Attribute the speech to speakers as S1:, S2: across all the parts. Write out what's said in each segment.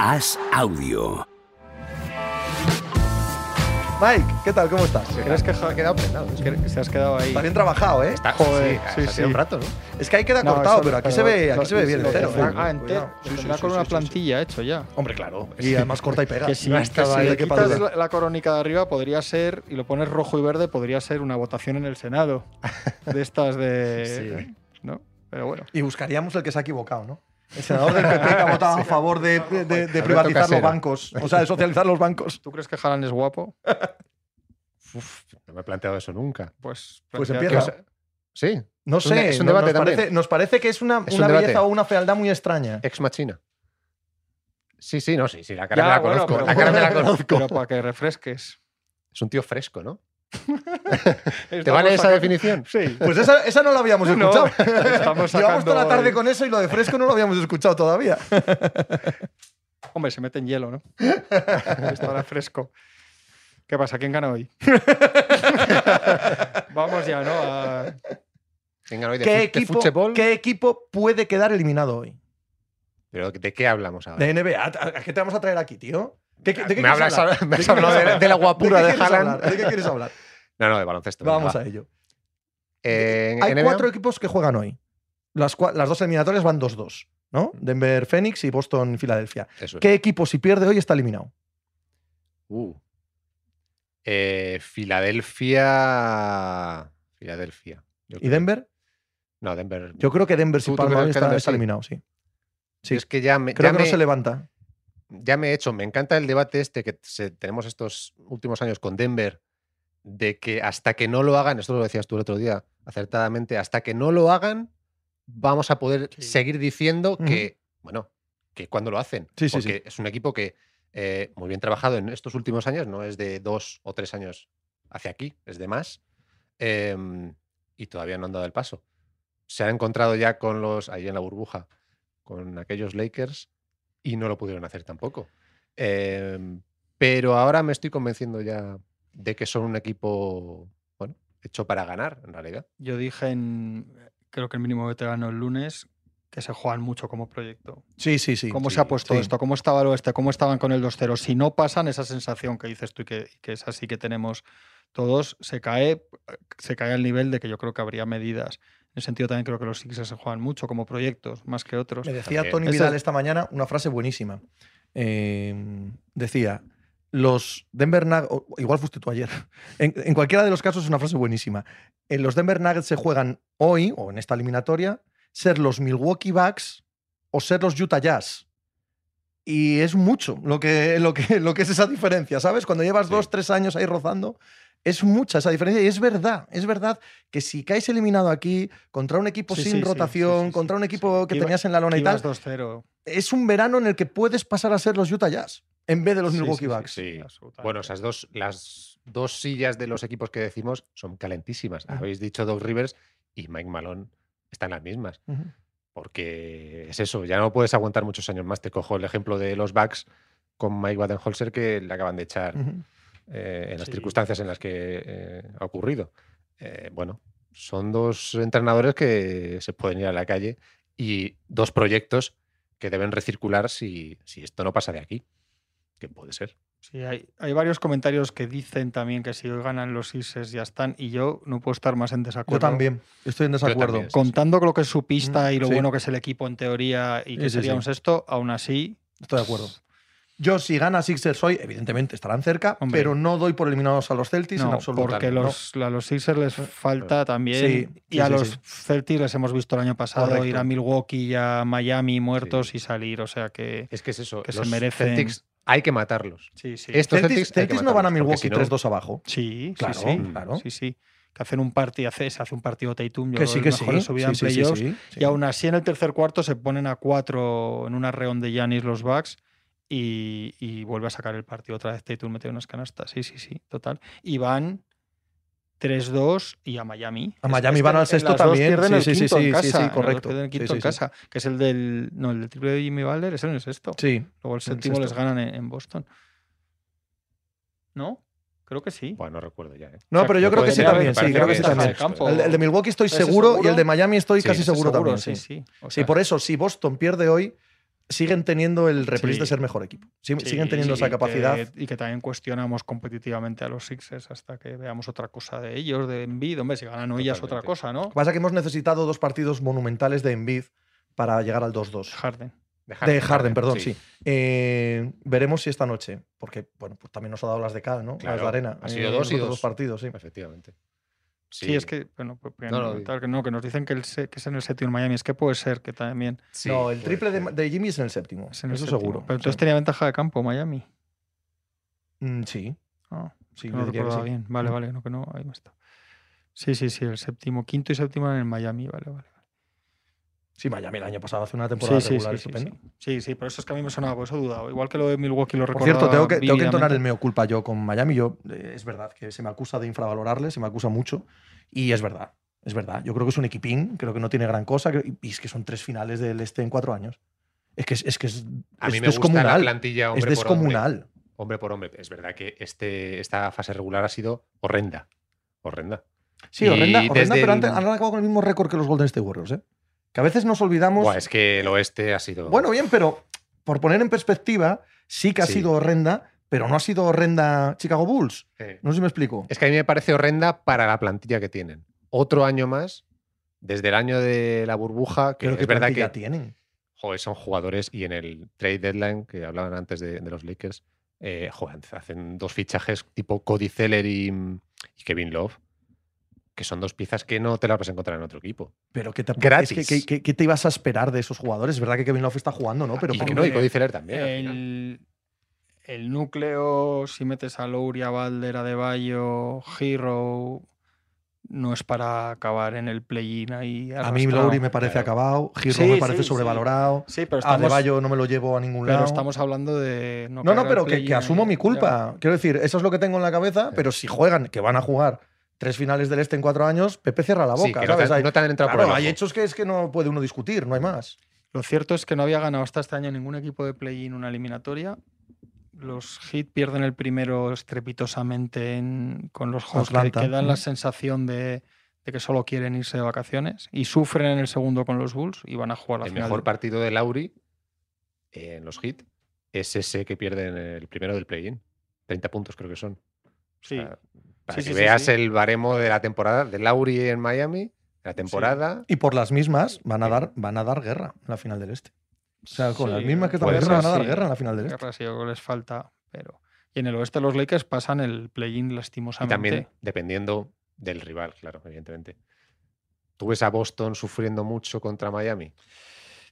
S1: As Audio.
S2: Mike, ¿qué tal? ¿Cómo estás?
S3: Crees que ha quedado prendado. Es que se has quedado ahí.
S2: Está bien trabajado, ¿eh?
S3: Está, sí,
S4: Joder, sí,
S3: se ha sido
S4: sí.
S3: un rato, ¿no?
S2: Es que ahí queda
S4: No,
S2: cortado,
S4: eso-
S2: pero aquí se ve, aquí
S4: lo-
S2: se ve bien
S4: lo
S2: entero.
S4: tendrá-
S2: ¿eh?
S3: Ah, entero.
S2: Sí, sí,
S3: Lo tendrá
S2: sí,
S3: con
S2: sí,
S3: una
S2: sí,
S3: plantilla hecho ya.
S2: Hombre, claro. Y además corta y pega.
S3: Que si, que si
S2: ahí,
S3: le
S2: este qué
S3: quitas
S2: padura.
S3: la, la coronica de arriba podría ser, y lo pones rojo y verde, podría ser una votación en el Senado. De estas
S2: eh.
S3: de... ¿No? Pero bueno.
S2: Y buscaríamos el que se ha equivocado, ¿no? El senador del PP que ha votado a favor de, de- de- de privatizar
S4: Casero.
S2: los bancos, o sea, de socializar los bancos.
S3: ¿Tú crees que Haaland es guapo?
S4: Uf, no me he planteado eso nunca.
S3: Pues,
S2: Pues
S3: plantea-
S4: Que
S2: empieza.
S4: os- sí,
S2: No
S4: Es un-
S2: sé,
S4: es un
S2: no-
S4: debate
S2: nos, parece,
S4: también.
S2: nos parece que es una,
S4: Es
S2: una
S4: un debate. Eh.
S2: belleza o una fealdad muy extraña.
S4: ex machina. Sí, sí, no, sí, sí, la cara
S3: Ya,
S4: me la
S3: bueno,
S4: conozco.
S3: pero-
S4: la cara me la conozco.
S3: Pero para que refresques.
S4: Es un tío fresco, ¿no? ¿Te
S3: Estamos
S4: vale esa
S3: sacando-
S4: definición?
S3: Sí.
S2: Pues esa, esa no la habíamos
S3: No,
S2: escuchado. Llevamos
S3: estamos
S2: toda la
S3: sacando
S2: tarde
S3: el-
S2: con eso y lo de fresco no lo habíamos escuchado todavía.
S3: Hombre, se mete en hielo, ¿no? Estará fresco. ¿Qué pasa? ¿Quién gana hoy? Vamos ya, ¿no? A-
S4: Venga, hoy de,
S2: ¿Qué
S4: fu- de
S2: equipo,
S4: futsebol,
S2: ¿Qué equipo puede quedar eliminado hoy?
S4: ¿Pero de qué hablamos ahora?
S2: De NBA. ¿A a qué te vamos a traer aquí, tío? ¿Qué- qué- ¿De qué
S4: Ah, me
S2: quieres
S4: hablas,
S2: hablar?
S4: ahora- me
S2: ¿De
S4: has
S2: qué
S4: hablado
S2: quieres
S4: de, de la guapura
S2: ¿De
S4: de,
S2: qué quieres
S4: Haaland.
S2: hablar? ¿De qué quieres hablar?
S4: No, no, de baloncesto.
S2: Vamos
S4: venga,
S2: a ello.
S4: va. Eh, en
S2: Hay
S4: NBA,
S2: cuatro equipos que juegan hoy. Las, cua- las dos eliminatorias van 2-2, ¿no? Denver, Phoenix y Boston, Filadelfia.
S4: Eso es.
S2: ¿Qué equipo si pierde hoy está eliminado?
S4: Uh. Eh, Filadelfia. Filadelfia. Yo
S2: ¿Y
S4: creo-
S2: Denver?
S4: No, Denver.
S2: Yo creo que Denver si
S4: ¿Tú- tú
S2: palma
S4: crees
S2: hoy
S4: que
S2: está,
S4: Denver
S2: está
S4: sí?
S2: eliminado, sí. sí.
S4: Es que ya me,
S2: Creo
S4: ya
S2: que no
S4: me-
S2: se levanta.
S4: ya me he hecho, me encanta el debate este que se- tenemos estos últimos años con Denver, de que hasta que no lo hagan, esto lo decías tú el otro día acertadamente, hasta que no lo hagan, vamos a poder
S3: Sí.
S4: seguir diciendo
S2: Ujú.
S4: que, bueno, que cuando lo hacen.
S2: Sí, sí, sí.
S4: porque es un equipo que, eh, muy bien trabajado en estos últimos años, no es de dos o tres años hacia aquí, es de más, em, y todavía no han dado el paso. Se han encontrado ya con los, ahí en la burbuja, con aquellos Lakers y no lo pudieron hacer tampoco. Em, pero ahora me estoy convenciendo ya de que son un equipo, bueno, hecho para ganar, en realidad.
S3: Yo dije en, creo que el mínimo veterano el lunes, que se juegan mucho como proyecto.
S2: Sí, sí, sí.
S3: ¿Cómo
S4: sí,
S3: se ha puesto
S2: sí.
S3: esto? ¿Cómo estaba el oeste? ¿Cómo estaban con el 2-0? Si no pasan esa sensación que dices tú y que, y que es así que tenemos todos, se cae, se cae al nivel de que yo creo que habría medidas. En ese sentido también creo que los Sixers se juegan mucho como proyectos, más que otros.
S2: Me decía
S4: También.
S2: Tony
S3: Eso
S2: Vidal
S3: es-
S2: esta mañana una frase buenísima. Eh, decía, los Denver Nuggets, igual fuiste tú ayer, en, en cualquiera de los casos es una frase buenísima. En los Denver Nuggets se juegan hoy, o en esta eliminatoria, ser los Milwaukee Bucks o ser los Utah Jazz. Y es mucho lo que, lo que, lo que es esa diferencia, ¿sabes? Cuando llevas
S4: Sí.
S2: dos, tres años ahí rozando, es mucha esa diferencia. Y es verdad, es verdad que si caes eliminado aquí contra un equipo
S3: Sí,
S2: sin
S3: sí, sí, sí,
S2: rotación,
S3: sí, sí,
S2: contra un
S3: sí.
S2: equipo que
S3: Iba-
S2: tenías en la lona
S3: Que
S2: y tal,
S3: ibas 2-0.
S2: es un verano en el que puedes pasar a ser los Utah Jazz en vez de los
S3: Sí, sí,
S2: Milwaukee
S3: sí,
S2: Bucks.
S4: Sí.
S3: absolutamente.
S4: Bueno, esas dos, las dos sillas de los equipos que decimos son calentísimas.
S2: Ujú.
S4: Habéis dicho Doc Rivers y Mike Malone están las mismas.
S2: Ujú.
S4: Porque es eso, ya no puedes aguantar muchos años más. Te cojo el ejemplo de los Bucks con Mike Badenholzer que le acaban de echar
S2: Ujú.
S4: eh, en las
S3: Sí.
S4: circunstancias en las que eh, ha ocurrido. Eh, bueno, son dos entrenadores que se pueden ir a la calle y dos proyectos que deben recircular si, si esto no pasa de aquí. Que puede ser.
S3: Sí, hay, hay varios comentarios que dicen también que si hoy ganan los ISES ya están, y yo no puedo estar más en
S2: Yo
S3: desacuerdo.
S2: también, estoy en desacuerdo.
S4: también.
S3: Contando con lo que es su pista y lo
S2: Sí.
S3: bueno que es el equipo en teoría y que
S2: Sí, sí,
S3: sería
S2: sí.
S3: un sexto, aún así.
S2: Estoy de acuerdo. Yo, si gana Sixers hoy, evidentemente estarán cerca,
S3: Hombre.
S2: pero no doy por eliminados a los Celtics en
S3: no,
S2: absoluto.
S3: porque
S2: No.
S3: los, a los Sixers les falta también.
S2: Sí,
S3: y
S2: sí,
S3: a
S2: sí,
S3: los
S2: sí.
S3: Celtics les hemos visto el año pasado
S2: Correcto.
S3: ir a Milwaukee y a Miami muertos y salir. O sea que.
S4: Es que es eso.
S3: Que se
S4: los
S3: merecen.
S4: Celtics hay que matarlos.
S3: Sí, sí.
S2: Celtics,
S4: Estos Celtics, hay que
S2: Celtics no van a
S4: matarlos, porque
S2: Milwaukee
S4: si no-
S2: 3-2 abajo.
S3: Este Sí, sí,
S2: Claro,
S3: sí,
S2: claro.
S3: Sí, sí. Que hacen un party, hace, se hace un partido Tatum, yo
S2: que
S3: creo
S2: sí,
S3: el
S2: que sí.
S3: mejor de su vida
S2: Sí,
S3: en
S2: sí, sí,
S3: playoffs.
S2: sí, sí.
S3: Y aún así en el tercer cuarto se ponen a cuatro en una reón de Yanis los Bucks y, y vuelve a sacar el partido otra vez Tatum mete unas canastas. Sí, sí, sí, total. Y van 3-2 y a Miami.
S2: A
S3: Es-
S2: Miami
S3: es
S2: van
S3: que
S2: al
S3: en
S2: sexto
S3: las dos
S2: también.
S3: pierden
S2: Sí,
S3: el
S2: sí, sí,
S3: quinto en
S2: sí, sí,
S3: casa,
S2: sí,
S3: en las dos
S2: correcto.
S3: pierden el quinto
S2: Sí,
S3: en
S2: sí, sí.
S3: casa, que es el del no, el del triple de Jimmy Butler, es en el sexto.
S2: Sí.
S3: Luego el
S2: en el
S3: séptimo les
S2: sexto.
S3: ganan en, en Boston. ¿No? Creo que sí.
S4: Bueno, no recuerdo ya. ¿eh?
S2: No,
S3: O sea,
S2: pero yo
S3: que
S2: creo que
S3: puede
S2: sí
S3: ser,
S2: también.
S3: me
S2: Sí,
S3: parece
S2: creo que
S3: que
S2: sí
S3: es
S2: también.
S3: el campo.
S2: El, el de Milwaukee estoy
S3: ¿Ese
S2: seguro, y
S3: seguro?
S2: el de Miami estoy
S4: Sí,
S2: casi
S4: ese
S2: seguro,
S3: Seguro,
S2: también.
S3: sí,
S2: Sí,
S3: sí. O
S2: Sí,
S3: sea,
S2: por eso, si Boston pierde hoy, siguen teniendo el reprise
S3: Sí.
S2: de ser mejor equipo. Sí,
S3: Sí,
S2: siguen teniendo
S3: sí,
S2: esa
S3: que-
S2: capacidad.
S3: y que también cuestionamos competitivamente a los Sixers hasta que veamos otra cosa de ellos, de Embiid. Hombre, si ganan hoy ya es otra
S4: Totalmente.
S3: cosa, ¿no?
S2: Lo que pasa es que hemos necesitado dos partidos monumentales de Embiid para llegar al 2-2.
S3: Harden.
S4: De
S2: de Harden, perdón, sí. Eh, veremos si esta noche, porque bueno, pues también nos ha dado las de cada, ¿no?
S4: Claro,
S2: Las de arena.
S4: ha sido
S2: Eh,
S4: dos Pues y
S2: los otros
S4: dos.
S2: partidos, sí.
S4: Efectivamente.
S3: Sí, es que, bueno, pues, que
S4: No, no,
S3: no,
S4: di-
S3: tal, que no, que nos dicen que, el se- que es en el séptimo en Miami. Es que puede ser que también
S4: Sí,
S2: no, el
S4: puede
S2: triple de,
S4: ser.
S2: de Jimmy es en el séptimo.
S3: es en el
S2: eso
S3: séptimo.
S2: seguro.
S3: Pero entonces
S2: sí.
S3: tenía ventaja de campo Miami.
S2: Mm, sí,
S3: Ah,
S2: sí,
S3: que
S2: yo
S3: no
S2: diría que
S3: recordaba
S2: sí.
S3: bien. Vale,
S2: Mm.
S3: vale, no, que no, ahí no está. Sí, sí, sí, el séptimo, quinto y séptimo en el Miami, vale, vale.
S2: Sí, Miami el año pasado hace una temporada
S3: Sí, sí,
S2: regular
S3: sí, sí,
S2: estupenda.
S3: sí. Sí, sí, pero eso es que a mí me sonaba, por eso dudaba. Igual que lo de Milwaukee lo
S2: Por
S3: recordaba.
S2: cierto, tengo que, tengo que entonar
S3: vívidamente.
S2: el meo culpa yo con Miami. Yo, eh, es verdad que se me acusa de infravalorarle, se me acusa mucho. Y es verdad, es verdad. Yo creo que es un equipín, creo que no tiene gran cosa. creo- y es que son tres finales del este en cuatro años. Es que es, es que es,
S4: A
S2: es
S4: mí me gusta la
S2: descomunal.
S4: plantilla
S2: es
S4: hombre por hombre.
S2: descomunal.
S4: hombre por hombre. Es verdad que este, esta fase regular ha sido horrenda. Horrenda.
S2: Sí,
S4: Y
S2: horrenda, horrenda
S4: desde
S2: pero han,
S4: el-
S2: han acabado con el mismo récord que los Golden State Warriors. ¿eh? Que a veces nos olvidamos.
S4: Buah, es que el oeste ha sido.
S2: Bueno, bien, pero por poner en perspectiva, sí que ha
S4: Sí.
S2: sido horrenda, pero no ha sido horrenda Chicago Bulls.
S4: Eh,
S2: No sé si me explico.
S4: Es que a mí me parece horrenda para la plantilla que tienen. Otro año más, desde el año de la burbuja, que
S2: Creo que
S4: es verdad
S2: plantilla
S4: que
S2: tienen.
S4: joder, son jugadores y en el trade deadline que hablaban antes de, de los Lakers, eh, joder, hacen dos fichajes tipo Cody Zeller y, mm, y Kevin Love, que son dos piezas que no te las vas a encontrar en otro equipo.
S2: Pero que te,
S4: Gratis.
S2: es que- que- que- que te ibas a esperar de esos jugadores? Es verdad que Kevin Love está jugando, ¿no? Pero
S4: y
S2: por-
S4: que
S3: porque
S4: no, y Cody Zeller también. al final.
S3: El, el núcleo, si metes a Louria, a Balder, a Deballo, Hero, no es para acabar en el play-in ahí.
S2: a mí
S3: arrastrado.
S2: Lowry me parece
S4: Claro.
S2: acabado, Giro
S3: Sí,
S2: me
S3: sí,
S2: parece
S3: sí.
S2: sobrevalorado,
S3: Sí, pero
S2: a
S3: estamos,
S2: Deballo no me lo llevo a ningún
S3: pero
S2: lado.
S3: estamos hablando de. No,
S2: no,
S3: caer
S2: no,
S3: al
S2: pero que,
S3: play-in
S2: que asumo
S3: ahí,
S2: mi
S3: ya.
S2: culpa. Quiero decir, eso es lo que tengo en la cabeza, pero si juegan, que van a jugar tres finales del Este en cuatro años, Pepe cierra la boca.
S4: Sí, que no te-
S2: ¿sabes?
S4: no, te,
S2: Hay-
S4: han entrado por
S2: claro,
S4: el
S2: hay
S4: ojo.
S2: hechos que es que no puede uno discutir, no hay más.
S3: Lo cierto es que no había ganado hasta este año ningún equipo de play-in una eliminatoria. Los Heat pierden el primero estrepitosamente en- con los Hawks, que,
S2: Atlanta,
S3: que dan la
S2: ¿no?
S3: sensación de, de que solo quieren irse de vacaciones. Y sufren en el segundo con los Bulls y van a jugar la
S4: El
S3: final.
S4: mejor partido de Lauri eh, en los hits es ese que pierden el primero del play-in. 30 puntos creo que son. O
S3: Sí.
S4: sea, para
S3: Sí,
S4: que
S3: sí, sí,
S4: veas
S3: sí.
S4: el baremo de la temporada de Lauri en Miami, de la temporada.
S2: Y por las mismas van a
S4: Sí.
S2: dar, van a dar guerra en la final del Este. O sea, con las
S3: Sí,
S2: mismas que están
S4: puede
S2: perdiendo
S4: ser,
S2: van a dar
S3: sí.
S2: guerra en la final del Este.
S3: Guerra sí, yo creo que les falta, pero... Y en el oeste los Lakers pasan el play-in
S4: Y
S3: lastimosamente.
S4: también dependiendo del rival, claro, evidentemente. ¿Tú ves a Boston sufriendo mucho contra Miami?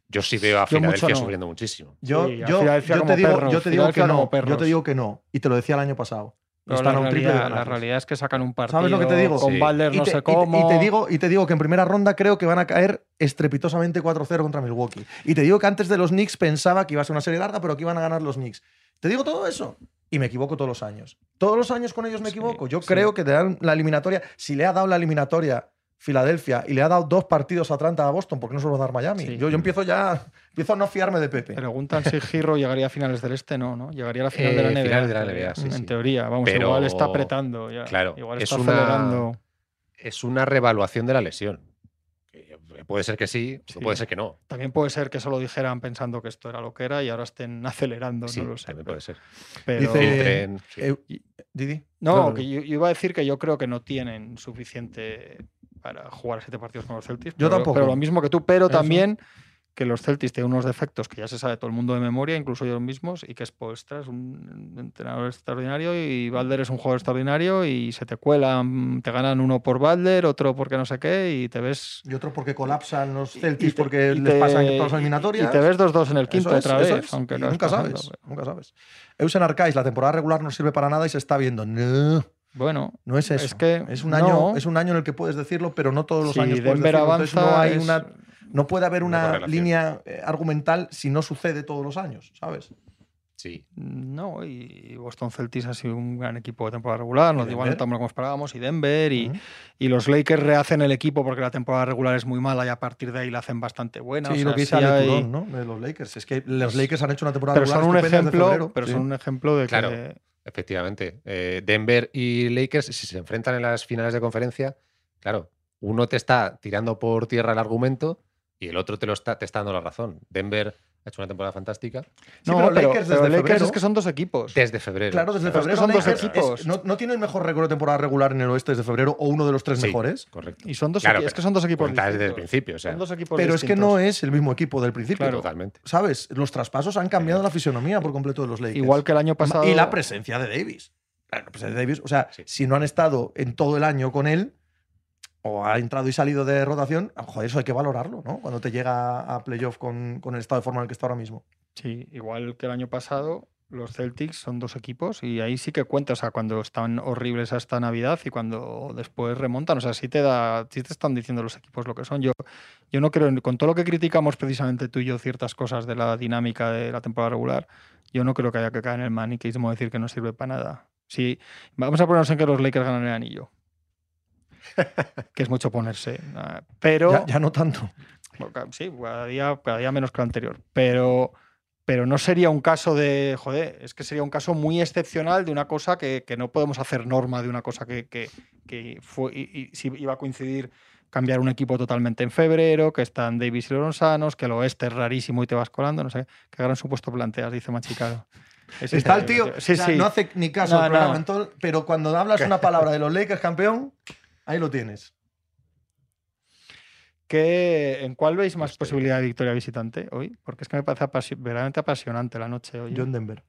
S4: Yo sí veo a
S3: Yo mucho
S4: Filadelfia
S3: no.
S4: sufriendo muchísimo.
S2: Yo,
S3: Sí, a
S2: yo,
S3: Filadelfia
S2: yo
S3: como
S2: te digo,
S3: perros,
S2: yo te digo que
S3: Filadelfia
S2: no,
S3: como
S2: yo
S3: perros.
S2: te digo que no. Y te lo decía el año pasado. Y
S3: Pero
S2: están
S3: la,
S2: a un triple de
S3: realidad, la
S2: ganarles.
S3: realidad es que sacan un partido
S2: ¿Sabes lo que te digo?
S3: con
S4: Sí.
S3: Balder
S2: Y
S3: no
S2: te- y
S3: sé
S2: te- Y,
S3: cómo.
S2: te digo, y te digo que en primera ronda creo que van a caer estrepitosamente 4-0 contra Milwaukee. Y te digo que antes de los Knicks pensaba que iba a ser una serie larga, pero que iban a ganar los Knicks. Te digo todo eso. Y me equivoco todos los años. Todos los años con ellos me
S3: Sí,
S2: equivoco. Yo
S3: sí.
S2: creo que te dan la eliminatoria. Si le ha dado la eliminatoria Filadelfia y le ha dado dos partidos a Atlanta a Boston, ¿por qué no se los va a dar Miami?
S3: Sí.
S2: Yo, yo empiezo ya empiezo a no fiarme de Pepe.
S3: Preguntan si Giro llegaría a finales del este, no, ¿no? Llegaría a la final de la
S4: Eh,
S3: NBA.
S4: finales de la
S3: en teoría.
S4: NBA, sí,
S3: En
S4: sí.
S3: teoría, vamos,
S4: Pero-
S3: igual está apretando ya.
S4: Claro,
S3: igual
S4: es
S3: está
S4: una-
S3: acelerando.
S4: Es una revaluación de la lesión. Que eh, Puede ser que sí, o
S3: Sí.
S4: puede ser que no.
S3: También puede ser que eso lo dijeran pensando que esto era lo que era y ahora estén acelerando,
S4: Sí,
S3: no lo sé.
S4: también puede ser.
S3: pero-
S2: Dice-
S3: pero-
S4: Filtren, sí.
S2: Eh, Didi.
S3: No,
S2: Perdón.
S3: que yo, yo iba a decir que yo creo que no tienen suficiente para jugar siete partidos con los Celtics.
S2: Yo
S3: pero-
S2: tampoco.
S3: Pero lo mismo que tú, pero
S2: Eso.
S3: también que los Celtics tienen unos defectos que ya se sabe todo el mundo de memoria, incluso ellos mismos, y que es es un entrenador extraordinario y Balder es un jugador extraordinario y se te cuelan, te ganan uno por Balder, otro porque no sé qué y te ves...
S2: Y otro porque colapsan los
S3: y- y
S2: Celtics
S3: te-
S2: porque
S3: y
S2: les
S3: te-
S2: pasan todas las
S3: y-
S2: eliminatorias.
S3: Y te ves 2-2 en el quinto
S2: Eso es,
S3: otra vez,
S2: eso es.
S3: aunque
S2: Y
S3: no
S2: nunca
S3: estás
S2: sabes,
S3: pasando, pero
S2: nunca sabes. Eusen Arcais, la temporada regular no sirve para nada y se está viendo. No,
S3: Bueno,
S2: no es eso.
S3: Es que
S2: un año,
S3: no.
S2: es un año en el que puedes decirlo, pero no todos los
S3: si
S2: años puedes
S3: Denver
S2: decirlo. Entonces,
S3: avanza...
S2: no hay
S3: es-
S2: una no puede haber
S4: Una
S2: una
S4: correlación.
S2: línea eh, argumental si no sucede todos los años, ¿sabes?
S4: Sí.
S3: No, y Boston Celtics ha sido un gran equipo de temporada regular,
S2: ¿Y
S3: no digo no
S2: Denver?
S3: tan bueno como esperábamos, y Denver, y,
S2: Ujú.
S3: y los Lakers rehacen el equipo porque la temporada regular es muy mala y a partir de ahí la hacen bastante buena. o
S2: sí,
S3: sea,
S2: lo que
S3: sí
S2: dice Ale
S3: hay- Pues
S2: Turón, ¿no? De los Lakers. Es que los Lakers han hecho una temporada
S3: Pero
S2: regular
S3: son un
S2: estupenda desde
S3: ejemplo,
S2: febrero.
S3: pero
S2: Sí.
S3: son un ejemplo de
S4: Claro.
S3: que
S4: Efectivamente. Eh, Denver y Lakers, si se enfrentan en las finales de conferencia, claro, uno te está tirando por tierra el argumento Y el otro te, lo está, te está dando la razón. Denver ha hecho una temporada fantástica
S2: pero Lakers desde febrero-
S3: es que son dos equipos.
S4: desde febrero.
S2: Claro, desde
S3: Pero es
S2: febrero
S3: que son dos
S2: Lakers es-
S3: equipos.
S2: no, no tiene el mejor récord de temporada regular en el oeste desde febrero o uno de los tres
S4: Sí,
S2: mejores,
S4: Correcto.
S3: y son dos,
S4: Claro,
S3: equi- es
S4: pero
S3: que son dos equipos
S4: Cuenta desde el
S3: distintos.
S4: principio, o sea,
S3: Son dos equipos
S2: pero es que no
S3: distintos.
S2: es el mismo equipo del principio.
S3: Claro. Eh,
S4: totalmente.
S2: ¿Sabes? Los traspasos han cambiado la fisionomía por completo de los Lakers.
S3: Igual que el año pasado.
S2: Y la presencia de Davis. Claro, la presencia de Davis. O sea,
S4: Sí.
S2: si no han estado en todo el año con él, o ha entrado y salido de rotación, ah, joder, eso hay que valorarlo, ¿no? Cuando te llega a playoff con, con el estado de forma en el que está ahora mismo.
S3: Sí, igual que el año pasado, los Celtics son dos equipos y ahí sí que cuenta, o sea, cuando están horribles hasta Navidad y cuando después remontan, o sea, sí te da, sí te están diciendo los equipos lo que son. Yo, yo no creo, en- con todo lo que criticamos precisamente tú y yo ciertas cosas de la dinámica de la temporada regular, yo no creo que haya que caer en el maniqueísmo de decir que no sirve para nada. Sí, vamos a ponernos en que los Lakers ganan el anillo. que es mucho ponerse. ah, Pero
S2: Ya, ya no tanto.
S3: bueno, ca- Sí, cada día, cada día menos que el anterior. Pero, pero no sería un caso de. Joder, es que sería un caso muy excepcional de una cosa que, que no podemos hacer norma de una cosa que, que, que fue, y, y si iba a coincidir cambiar un equipo totalmente en febrero, que están Davis y Loron sanos, que el oeste es rarísimo y te vas colando, no sé. Qué gran supuesto planteas, dice Machicado. Es
S2: Está el
S3: increíble,
S2: tío,
S3: Sí,
S2: o sea,
S3: sí.
S2: no hace ni caso
S3: No,
S2: al programa,
S3: no.
S2: entonces, pero cuando hablas una palabra de los Lakers campeón, ahí lo tienes.
S3: ¿Qué- ¿En cuál veis más
S4: Hostia.
S3: posibilidad de victoria visitante hoy? Porque es que me parece apasi- verdaderamente apasionante la noche hoy. ¿eh?
S2: John Denver.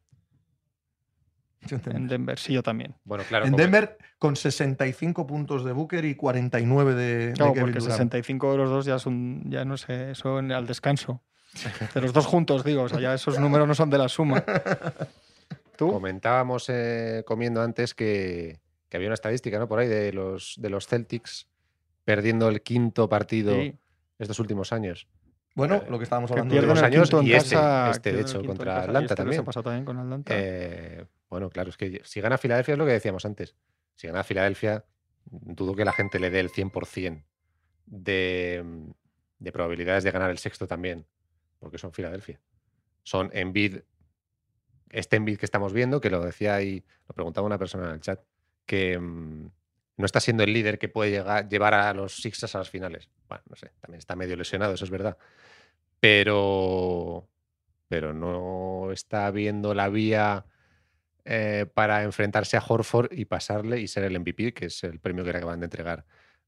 S2: John Denver.
S3: en Denver, sí, yo también.
S4: Bueno, claro.
S2: En
S4: como-
S2: Denver, con 65 puntos de Booker y 49 de, de
S3: Claro,
S2: Kevin
S3: porque
S2: Durant.
S3: 65 de los dos ya son, ya no sé, son al descanso. De los dos juntos, digo, o sea, ya esos números no son de la suma. ¿Tú?
S4: Comentábamos eh, comiendo antes que, que había una estadística, ¿no? Por ahí de los, de los Celtics perdiendo el quinto partido
S3: Sí,
S4: estos últimos años.
S2: Bueno,
S4: Eh,
S2: lo que estábamos
S3: que
S2: hablando de
S3: pierden
S2: los
S3: el
S2: años.
S3: quinto en
S4: y este,
S3: casa.
S4: este, de
S3: pierden el
S4: hecho,
S3: quinto en
S4: contra
S3: casa, y
S4: Atlanta
S3: este que
S4: también.
S3: Se pasó también con Atlanta.
S4: Eh, bueno, claro, es que si gana Filadelfia es lo que decíamos antes. Si gana Filadelfia, dudo que la gente le dé el 100% de, mm, de probabilidades de ganar el sexto también, porque son Filadelfia. Son Envid, este Envid que estamos viendo, que lo decía ahí, lo preguntaba una persona en el chat, que mm, no está siendo el líder que puede llegar, llevar a los Sixers a las finales. Bueno, no sé, también está medio lesionado, eso es verdad. Pero, pero no está viendo la vía eh, para enfrentarse a Horford y pasarle y ser el MVP, que es el premio que le acaban de entregar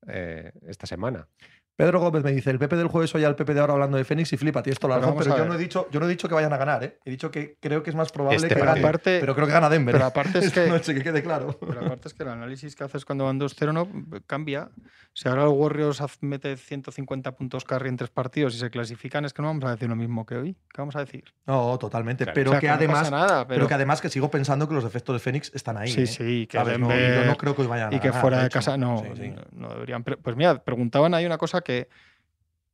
S4: eh, esta semana.
S2: Pedro Gómez me dice, el Pepe del jueves oye al Pepe de ahora hablando de Fénix y flipa, tienes toda la
S3: Pero
S2: razón,
S3: Pues vamos
S2: pero
S3: a
S2: yo
S3: ver.
S2: no, he dicho, yo no he dicho que vayan a ganar, ¿eh? he dicho que creo que es más probable
S4: Este
S2: que
S3: pero,
S4: partido.
S2: ganen,
S3: aparte,
S2: pero creo que gana Denver. ¿eh?
S3: pero aparte es
S2: Esta
S3: que
S2: noche, que quede claro.
S3: Pero aparte es que el análisis que haces cuando van 2-0 no cambia. Si ahora el Warriors haz- mete 150 puntos carry en tres partidos y se clasifican, es que no vamos a decir lo mismo que hoy. ¿Qué vamos a decir?
S2: No, totalmente,
S4: Claro.
S2: pero
S3: O sea,
S2: que
S3: no
S2: además...
S3: pasa nada,
S2: pero... que además que sigo pensando que los efectos de Fénix están ahí.
S3: Sí,
S2: ¿eh?
S3: sí, que
S2: ¿Sabes? No,
S3: Denver-
S2: yo no creo que hoy vayan a
S3: y que
S2: ganar,
S3: fuera de
S2: hecho.
S3: casa no, eh.
S2: Sí, sí.
S3: no, no deberían. Pre- Pues mira, preguntaban ahí una cosa que,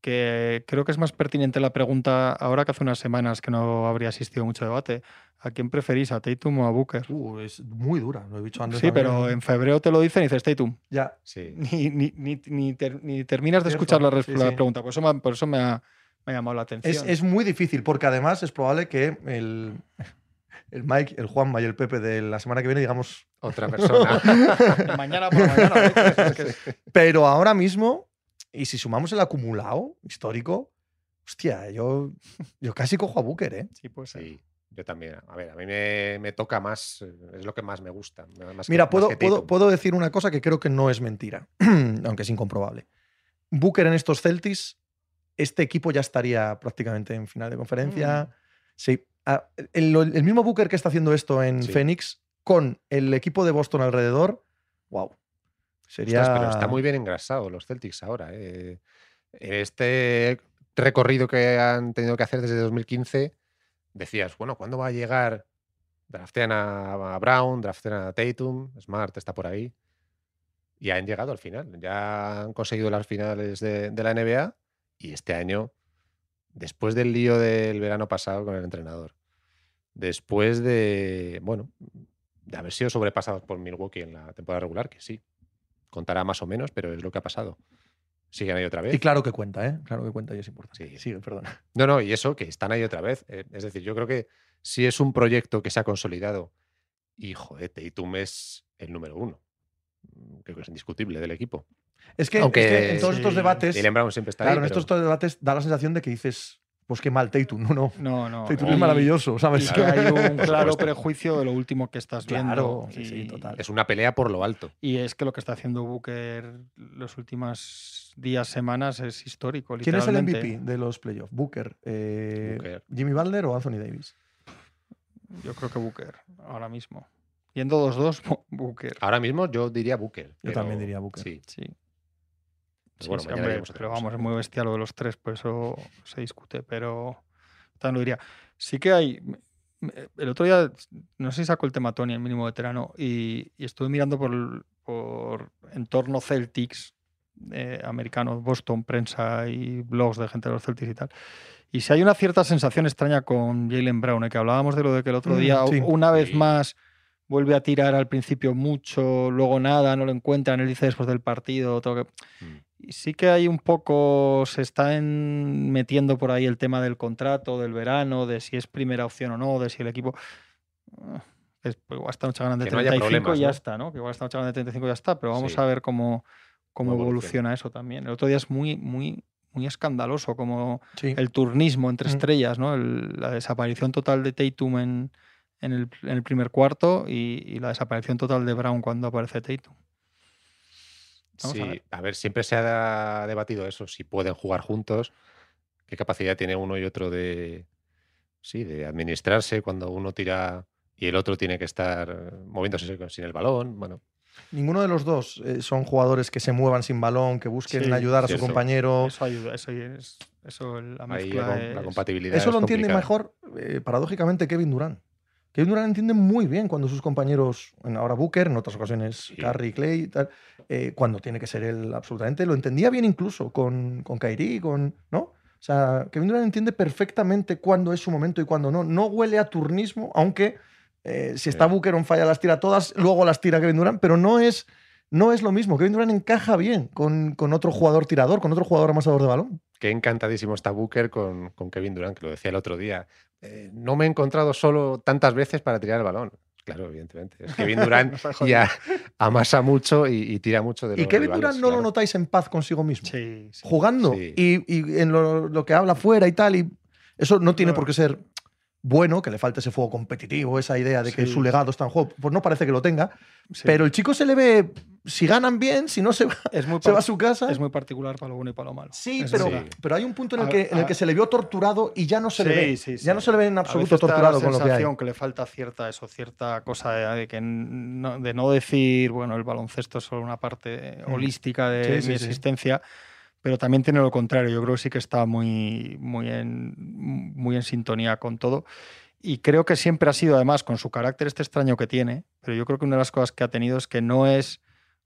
S3: que creo que es más pertinente la pregunta ahora que hace unas semanas que no habría asistido mucho debate. ¿A quién preferís, a Tatum o a Booker?
S2: Uh, es muy dura, lo he dicho antes.
S3: Sí,
S2: también.
S3: pero en febrero te lo dicen y dices Tatum.
S2: Ya,
S4: Sí.
S3: Ni, ni, ni, ni ter- ni terminas de
S2: Cierto,
S3: escuchar la, res-
S2: sí,
S3: la
S2: sí.
S3: pregunta. Por eso me, ha- por eso me, ha, me ha llamado la
S2: Es,
S3: atención.
S2: es muy difícil, porque además es probable que el, el Mike, el Juanma y el Pepe de la semana que viene digamos.
S4: Otra persona.
S3: Mañana por la mañana. ¿eh? Pues es que-
S2: Pero ahora mismo, y si sumamos el acumulado histórico, hostia, yo, yo casi cojo a Booker, ¿eh?
S3: sí, puede ser.
S4: Sí, yo también. A ver, a mí me, me toca más, eh, es lo que más me gusta. me- más que-
S2: Mira,
S4: más
S2: puedo,
S4: que
S2: puedo,
S4: Tatum.
S2: puedo decir una cosa que creo que no es mentira, aunque es incomprobable. Booker en estos Celtics, este equipo ya estaría prácticamente en final de
S4: Mm.
S2: conferencia. Sí. Ah, El, el mismo Booker que está haciendo esto en
S4: Sí.
S2: Phoenix, con el equipo de Boston alrededor, wow. Sería.
S4: Ostras, pero está muy bien engrasado los Celtics ahora. eh. En este recorrido que han tenido que hacer desde 2015, decías, bueno, ¿cuándo va a llegar? Draftean a a Brown, draftean a Tatum, Smart está por ahí. Y han llegado al final. Ya han conseguido las finales de, de la NBA. Y este año, después del lío del verano pasado con el entrenador, después de, bueno, de haber sido sobrepasados por Milwaukee en la temporada regular, que sí, contará más o menos, pero es lo que ha pasado. Siguen ahí otra vez.
S2: Y claro que cuenta, ¿eh? Claro que cuenta y es importante.
S4: Sí.
S2: Sigue, perdona.
S4: No, no, y eso, que están ahí otra vez. Eh, Es decir, yo creo que si es un proyecto que se ha consolidado y, joder, Tatum es el número uno. Mm, Creo que es indiscutible del equipo.
S2: Es que,
S4: Aunque-
S2: es que en todos estos
S3: Sí.
S2: debates,
S4: Dylan Brown siempre está
S2: claro, en
S4: ahí. pero-
S2: estos debates da la sensación de que dices, pues qué mal Tatum, no, no.
S3: No, no.
S2: Tatum
S3: y-
S2: es maravilloso,
S3: y
S2: ¿sabes?
S3: que hay un claro
S4: supuesto.
S3: prejuicio de lo último que estás viendo.
S2: Claro, sí, sí,
S3: y-
S2: total.
S4: Es una pelea por lo alto.
S3: Y es que lo que está haciendo Booker los últimos días, semanas es histórico.
S2: ¿Quién es el
S3: literalmente.
S2: MVP de los playoffs? Booker, eh,
S4: Booker.
S2: Jimmy Butler o Anthony Davis.
S3: Yo creo que Booker, ahora mismo. Yendo 2-2, Bu- Booker.
S4: Ahora mismo yo diría Booker. pero-
S2: también diría Booker.
S4: Sí.
S3: Sí.
S4: Pues bueno,
S3: Sí, sí,
S4: mañana
S3: hombre,
S4: veremos otra
S3: pero
S4: cosa.
S3: vamos, es muy bestia lo de los tres, por eso se discute, pero tan lo diría. Sí que hay. m- m- El otro día, no sé si sacó el tema Tony, el mínimo veterano, y, y estuve mirando por, el- por entorno Celtics, eh, americanos, Boston, prensa y blogs de gente de los Celtics y tal. Y si hay una cierta sensación extraña con Jalen Brown, eh, que hablábamos de lo de que el otro
S2: Mm,
S3: día,
S2: sí.
S3: una vez
S4: Sí.
S3: más, vuelve a tirar al principio mucho, luego nada, no lo encuentran, él dice después del partido, tengo que...
S4: Mm.
S3: Y sí que hay un poco, se está en- metiendo por ahí el tema del contrato, del verano, de si es primera opción o no, de si el equipo... Ah, Es, pues igual esta noche ganan de
S4: Que no haya
S3: 35 y
S4: problemas,
S3: ya
S4: ¿no?
S3: está, ¿no? Que igual esta noche ganan de 35 y ya está, pero vamos
S4: Sí.
S3: a ver cómo, cómo
S4: Cómo
S3: evoluciona eso también. El otro día es muy, muy, muy escandaloso como
S2: Sí.
S3: el turnismo entre
S2: Mm.
S3: estrellas, ¿no? El- la desaparición total de Tatum en, en el, en el primer cuarto y, y la desaparición total de Brown cuando aparece Tatum. Vamos a
S4: sí, a ver.
S3: ver.
S4: siempre se ha debatido eso, si pueden jugar juntos, qué capacidad tiene uno y otro de, sí, de administrarse cuando uno tira y el otro tiene que estar eh, moviéndose sin el balón. Bueno,
S2: Ninguno de los dos eh, son jugadores que se muevan sin balón, que busquen
S3: Sí,
S2: ayudar a
S4: cierto.
S2: su compañero.
S3: Eso ayuda, eso es, eso la
S4: ahí
S3: mezcla
S4: la, com- la
S3: es-
S4: compatibilidad.
S2: Eso
S4: es
S2: lo entiende
S4: complicada.
S2: mejor, eh, paradójicamente, Kevin Durant. Kevin Durant entiende muy bien cuando sus compañeros, en ahora Booker, en otras ocasiones
S4: Sí.
S2: Curry, Clay, y tal, eh, cuando tiene que ser él absolutamente, lo entendía bien incluso con, con Kyrie, con, ¿no? O sea, Kevin Durant entiende perfectamente cuándo es su momento y cuándo no. No huele a turnismo, aunque eh, si está
S4: Sí.
S2: Booker on falla las tira todas, luego las tira Kevin Durant, pero no es, no es lo mismo. Kevin Durant encaja bien con, con otro jugador tirador, con otro jugador amasador de balón.
S4: Qué encantadísimo está Booker con, con Kevin Durant, que lo decía el otro día. Eh, no me he encontrado solo tantas veces para tirar el balón. Claro, evidentemente. Es Kevin Durant ya amasa mucho y, y tira mucho de
S2: Y
S4: los
S2: Kevin
S4: rivales,
S2: Durant no lo
S4: claro.
S2: notáis en paz consigo mismo.
S3: Sí, sí.
S2: jugando
S4: Sí.
S2: y, y en lo, lo que habla fuera y tal. Y eso no tiene
S3: No.
S2: por qué ser bueno, que le falte ese fuego competitivo, esa idea de que
S3: Sí.
S2: su legado está en juego. Pues no parece que lo tenga.
S3: Sí.
S2: Pero el chico se le ve, si ganan bien, si no se va,
S3: es muy,
S2: se va a
S3: par-
S2: su casa.
S3: es muy particular para lo bueno y para lo malo.
S2: Sí,
S3: Eso
S2: pero,
S3: es verdad.
S4: Sí.
S2: pero hay un punto en el,
S3: A-
S2: que, en el
S3: a-
S2: que se le vio torturado y ya no se le
S3: Sí,
S2: ve.
S3: sí, sí.
S2: Ya no se le ve en
S3: A veces
S2: absoluto
S3: te da la
S2: torturado con lo que hay.
S3: sensación que le falta cierta, eso, cierta cosa de, de que n- no, de no decir, bueno, el baloncesto es solo una parte eh,
S2: Mm.
S3: holística de
S2: Sí,
S3: mi
S2: sí, sí.
S3: existencia, pero también tiene lo contrario. Yo creo que sí que está muy, muy, en, muy en sintonía con todo. Y creo que siempre ha sido, además, con su carácter este extraño que tiene, pero yo creo que una de las cosas que ha tenido es que no es,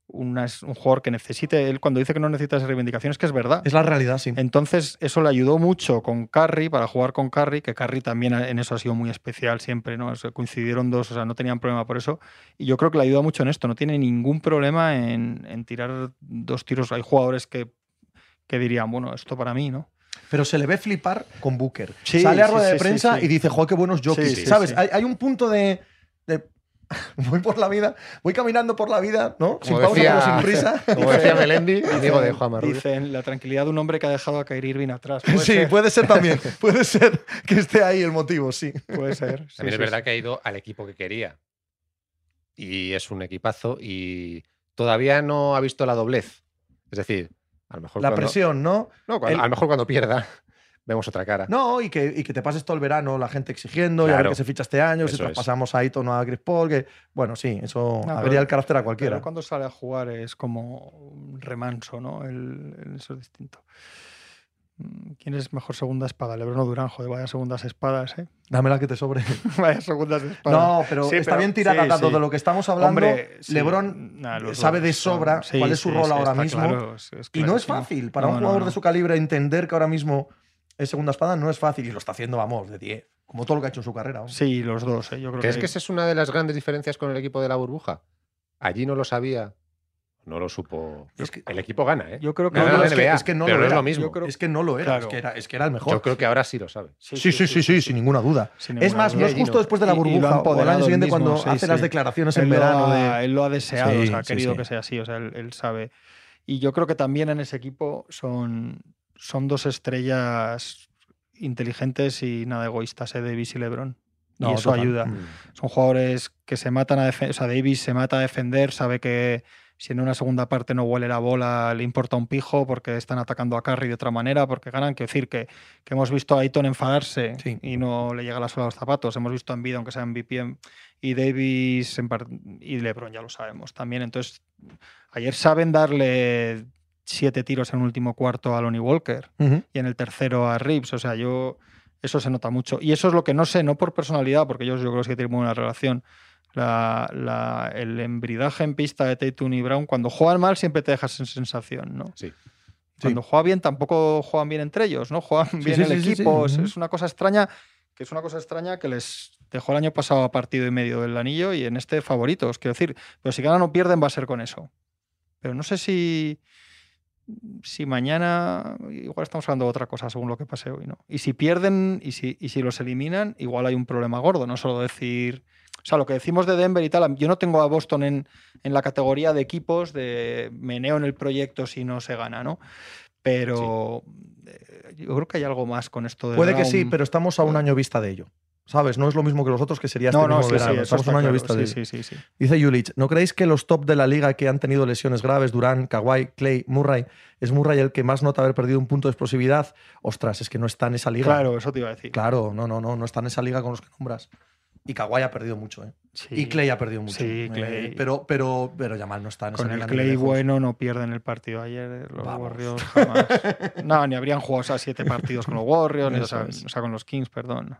S3: una- es un jugador que necesite, él cuando dice que no necesita esas reivindicaciones, que es verdad.
S2: Es la realidad, sí.
S3: Entonces, eso le ayudó mucho con Carry para jugar con Carry, que Carry también ha- en eso ha sido muy especial siempre, ¿no? O sea, coincidieron dos, o sea, no tenían problema por eso. Y yo creo que le ayuda mucho en esto, no tiene ningún problema en, en tirar dos tiros. Hay jugadores que, que dirían, bueno, esto para mí, ¿no?
S2: Pero se le ve flipar con Booker.
S3: Sí,
S2: Sale a
S3: sí,
S2: rueda
S3: sí,
S2: de
S3: sí,
S2: prensa
S3: sí.
S2: y dice, joder, qué buenos jockeys.
S3: Sí, sí,
S2: ¿Sabes?
S3: sí.
S2: Hay, hay un punto de, de- Voy por la vida, voy caminando por la vida, ¿no? Sin
S4: Como
S2: pausa,
S4: decía-
S2: pero sin prisa.
S4: Como decía Melendi, amigo de
S3: Dicen-
S4: Juan Marrullo.
S3: Dicen, la tranquilidad de un hombre que ha dejado a Kyrie Irving atrás. Puede
S2: sí,
S3: ser,
S2: puede ser también. Puede ser que esté ahí el motivo, sí.
S3: puede ser. Sí, sí,
S4: También es verdad que ha ido al equipo que quería. Y es un equipazo y todavía no ha visto la doblez. Es decir, a lo mejor,
S2: La
S4: cuando,
S2: presión, ¿no?
S4: no, cuando-
S2: el-
S4: a lo mejor cuando pierda vemos otra cara.
S2: No, y que, y que te pases todo el verano la gente exigiendo, y a ver
S4: Claro.
S2: qué se ficha este año, si
S4: Eso es.
S2: traspasamos a Ito, no a Chris Paul, que... Bueno, sí, eso
S3: No,
S2: habría
S3: pero-
S2: el carácter a
S3: Pero
S2: cualquiera.
S3: cuando sale a jugar es como un remanso, ¿no? El, el- eso es distinto. Mm, ¿Quién es mejor segunda espada? Lebron o Durán, joder, vaya segundas espadas, ¿eh?
S2: Dámela que te sobre.
S3: vaya segundas espadas.
S2: No, pero
S3: Sí,
S2: está
S3: pero-
S2: bien tirada,
S3: sí,
S2: dado
S3: sí.
S2: de lo que estamos hablando.
S3: sí,
S2: LeBron
S3: nah, los
S2: sabe
S3: dos
S2: de
S3: son-
S2: sobra
S3: sí,
S2: cuál es su
S3: sí,
S2: rol
S3: sí,
S2: ahora
S3: está
S2: mismo.
S3: claro, es- es
S2: Y no es
S3: clarísimo.
S2: fácil. Para
S3: No,
S2: un
S3: no,
S2: jugador
S3: no.
S2: de su calibre entender que ahora mismo es segunda espada no es fácil. Y lo está haciendo, vamos, de 10. Como todo lo que ha hecho en su carrera. vamos.
S3: Sí, los dos, ¿eh? Yo creo
S4: ¿Crees que
S3: que
S4: esa es una de las grandes diferencias con el equipo de la burbuja? Allí no lo sabía, no lo supo.
S2: Es que-
S4: el equipo gana, ¿eh?
S3: Yo creo que-
S4: Gana
S3: No, no,
S4: la
S3: es
S2: que-
S4: NBA,
S2: es que no
S4: pero
S2: lo
S4: no es
S2: era.
S4: lo mismo.
S3: Yo creo-
S2: Es que no lo era.
S3: Claro.
S2: Es, que era es que era el mejor.
S4: Yo creo que ahora sí lo sabe.
S2: Sí sí sí, sí, sin ninguna duda.
S3: Sin
S2: es
S3: ninguna
S2: más,
S3: duda.
S2: no es
S4: Y- y
S2: justo
S4: no.
S2: después de la
S3: Y- y lo han
S2: burbuja o al
S3: empoderado
S2: año
S3: él
S2: siguiente
S3: mismo,
S2: cuando
S3: sí,
S2: hace las
S3: sí.
S2: declaraciones en
S3: Él lo
S2: verano
S3: ha-
S2: de.
S3: Él lo ha deseado,
S2: Sí,
S3: o sea, ha
S2: sí,
S3: querido
S2: sí.
S3: que sea así. O sea, él, él sabe. Y yo creo que también en ese equipo son, son dos estrellas inteligentes y nada egoístas, ¿eh? Davis y LeBron. Y
S2: No,
S3: eso
S2: total.
S3: ayuda.
S4: Mm.
S3: Son jugadores que se matan a defender. O sea, Davis se mata a defender, sabe que si en una segunda parte no huele la bola, le importa un pijo porque están atacando a Curry de otra manera, porque ganan. Quiero decir que, que hemos visto a Ayton enfadarse
S2: Sí.
S3: y no le llega la sola a los zapatos. Hemos visto a Envid, aunque sea en VPN, y Davis en par- y LeBron, ya lo sabemos también. Entonces, ayer saben darle siete tiros en el último cuarto a Lonnie Walker
S2: Ujú.
S3: y en el tercero a Rips. O sea, yo. Eso se nota mucho. Y eso es lo que no sé, no por personalidad, porque ellos yo creo que sí que tienen muy buena relación. La- la- el embridaje en pista de Tatum y Brown, cuando juegan mal, siempre te dejas en sensación, ¿no?
S4: Sí.
S3: Cuando juega bien, tampoco juegan bien entre ellos, ¿no? Juegan bien
S2: sí,
S3: el
S2: sí, sí, sí.
S3: equipo. es-
S2: Ujú.
S3: Es una cosa extraña, que es una cosa extraña que les dejó el año pasado a partido y medio del anillo y en este favoritos, quiero decir. Pero si ganan o pierden, va a ser con eso. Pero no sé si si mañana igual estamos hablando de otra cosa según lo que pase hoy, ¿no? Y si pierden y si, y si los eliminan, igual hay un problema gordo, no solo decir, o sea, lo que decimos de Denver y tal, yo no tengo a Boston en, en la categoría de equipos de meneo en el proyecto si no se gana, ¿no? Pero eh, yo creo que hay algo más con esto de
S2: Puede que
S3: Brown.
S2: sí, pero estamos a un año vista de ello. ¿Sabes? No es lo mismo que los otros que sería este
S3: no, no,
S2: mismo
S3: sí, sí,
S2: verano.
S3: eso
S2: estamos
S3: está
S2: a un año
S3: claro.
S2: vista de ello.
S3: sí, sí, sí, sí.
S2: Dice Yulich, ¿no creéis que los top de la liga que han tenido lesiones graves, Durán, Kawhi, Clay, Murray, es Murray el que más nota haber perdido un punto de explosividad? Ostras, es que no está en esa liga.
S3: Claro, eso te iba a decir.
S2: Claro, no, no, no, no está en esa liga con los que nombras. Y Kawhi ha perdido mucho, ¿eh?
S3: Sí.
S2: Y Clay ha perdido mucho.
S3: Sí,
S2: Eh,
S3: Clay.
S2: pero, pero, pero Yamal no está en
S3: Con
S2: esa
S3: el
S2: liga. ni de
S3: Clay
S2: lejos.
S3: bueno no pierden el partido ayer, eh, los
S2: Vamos.
S3: Warriors jamás. No, ni habrían jugado o sea, siete partidos con los Warriors, ni- o,
S2: Eso
S3: sea,
S2: es.
S3: o sea, con los Kings, perdón.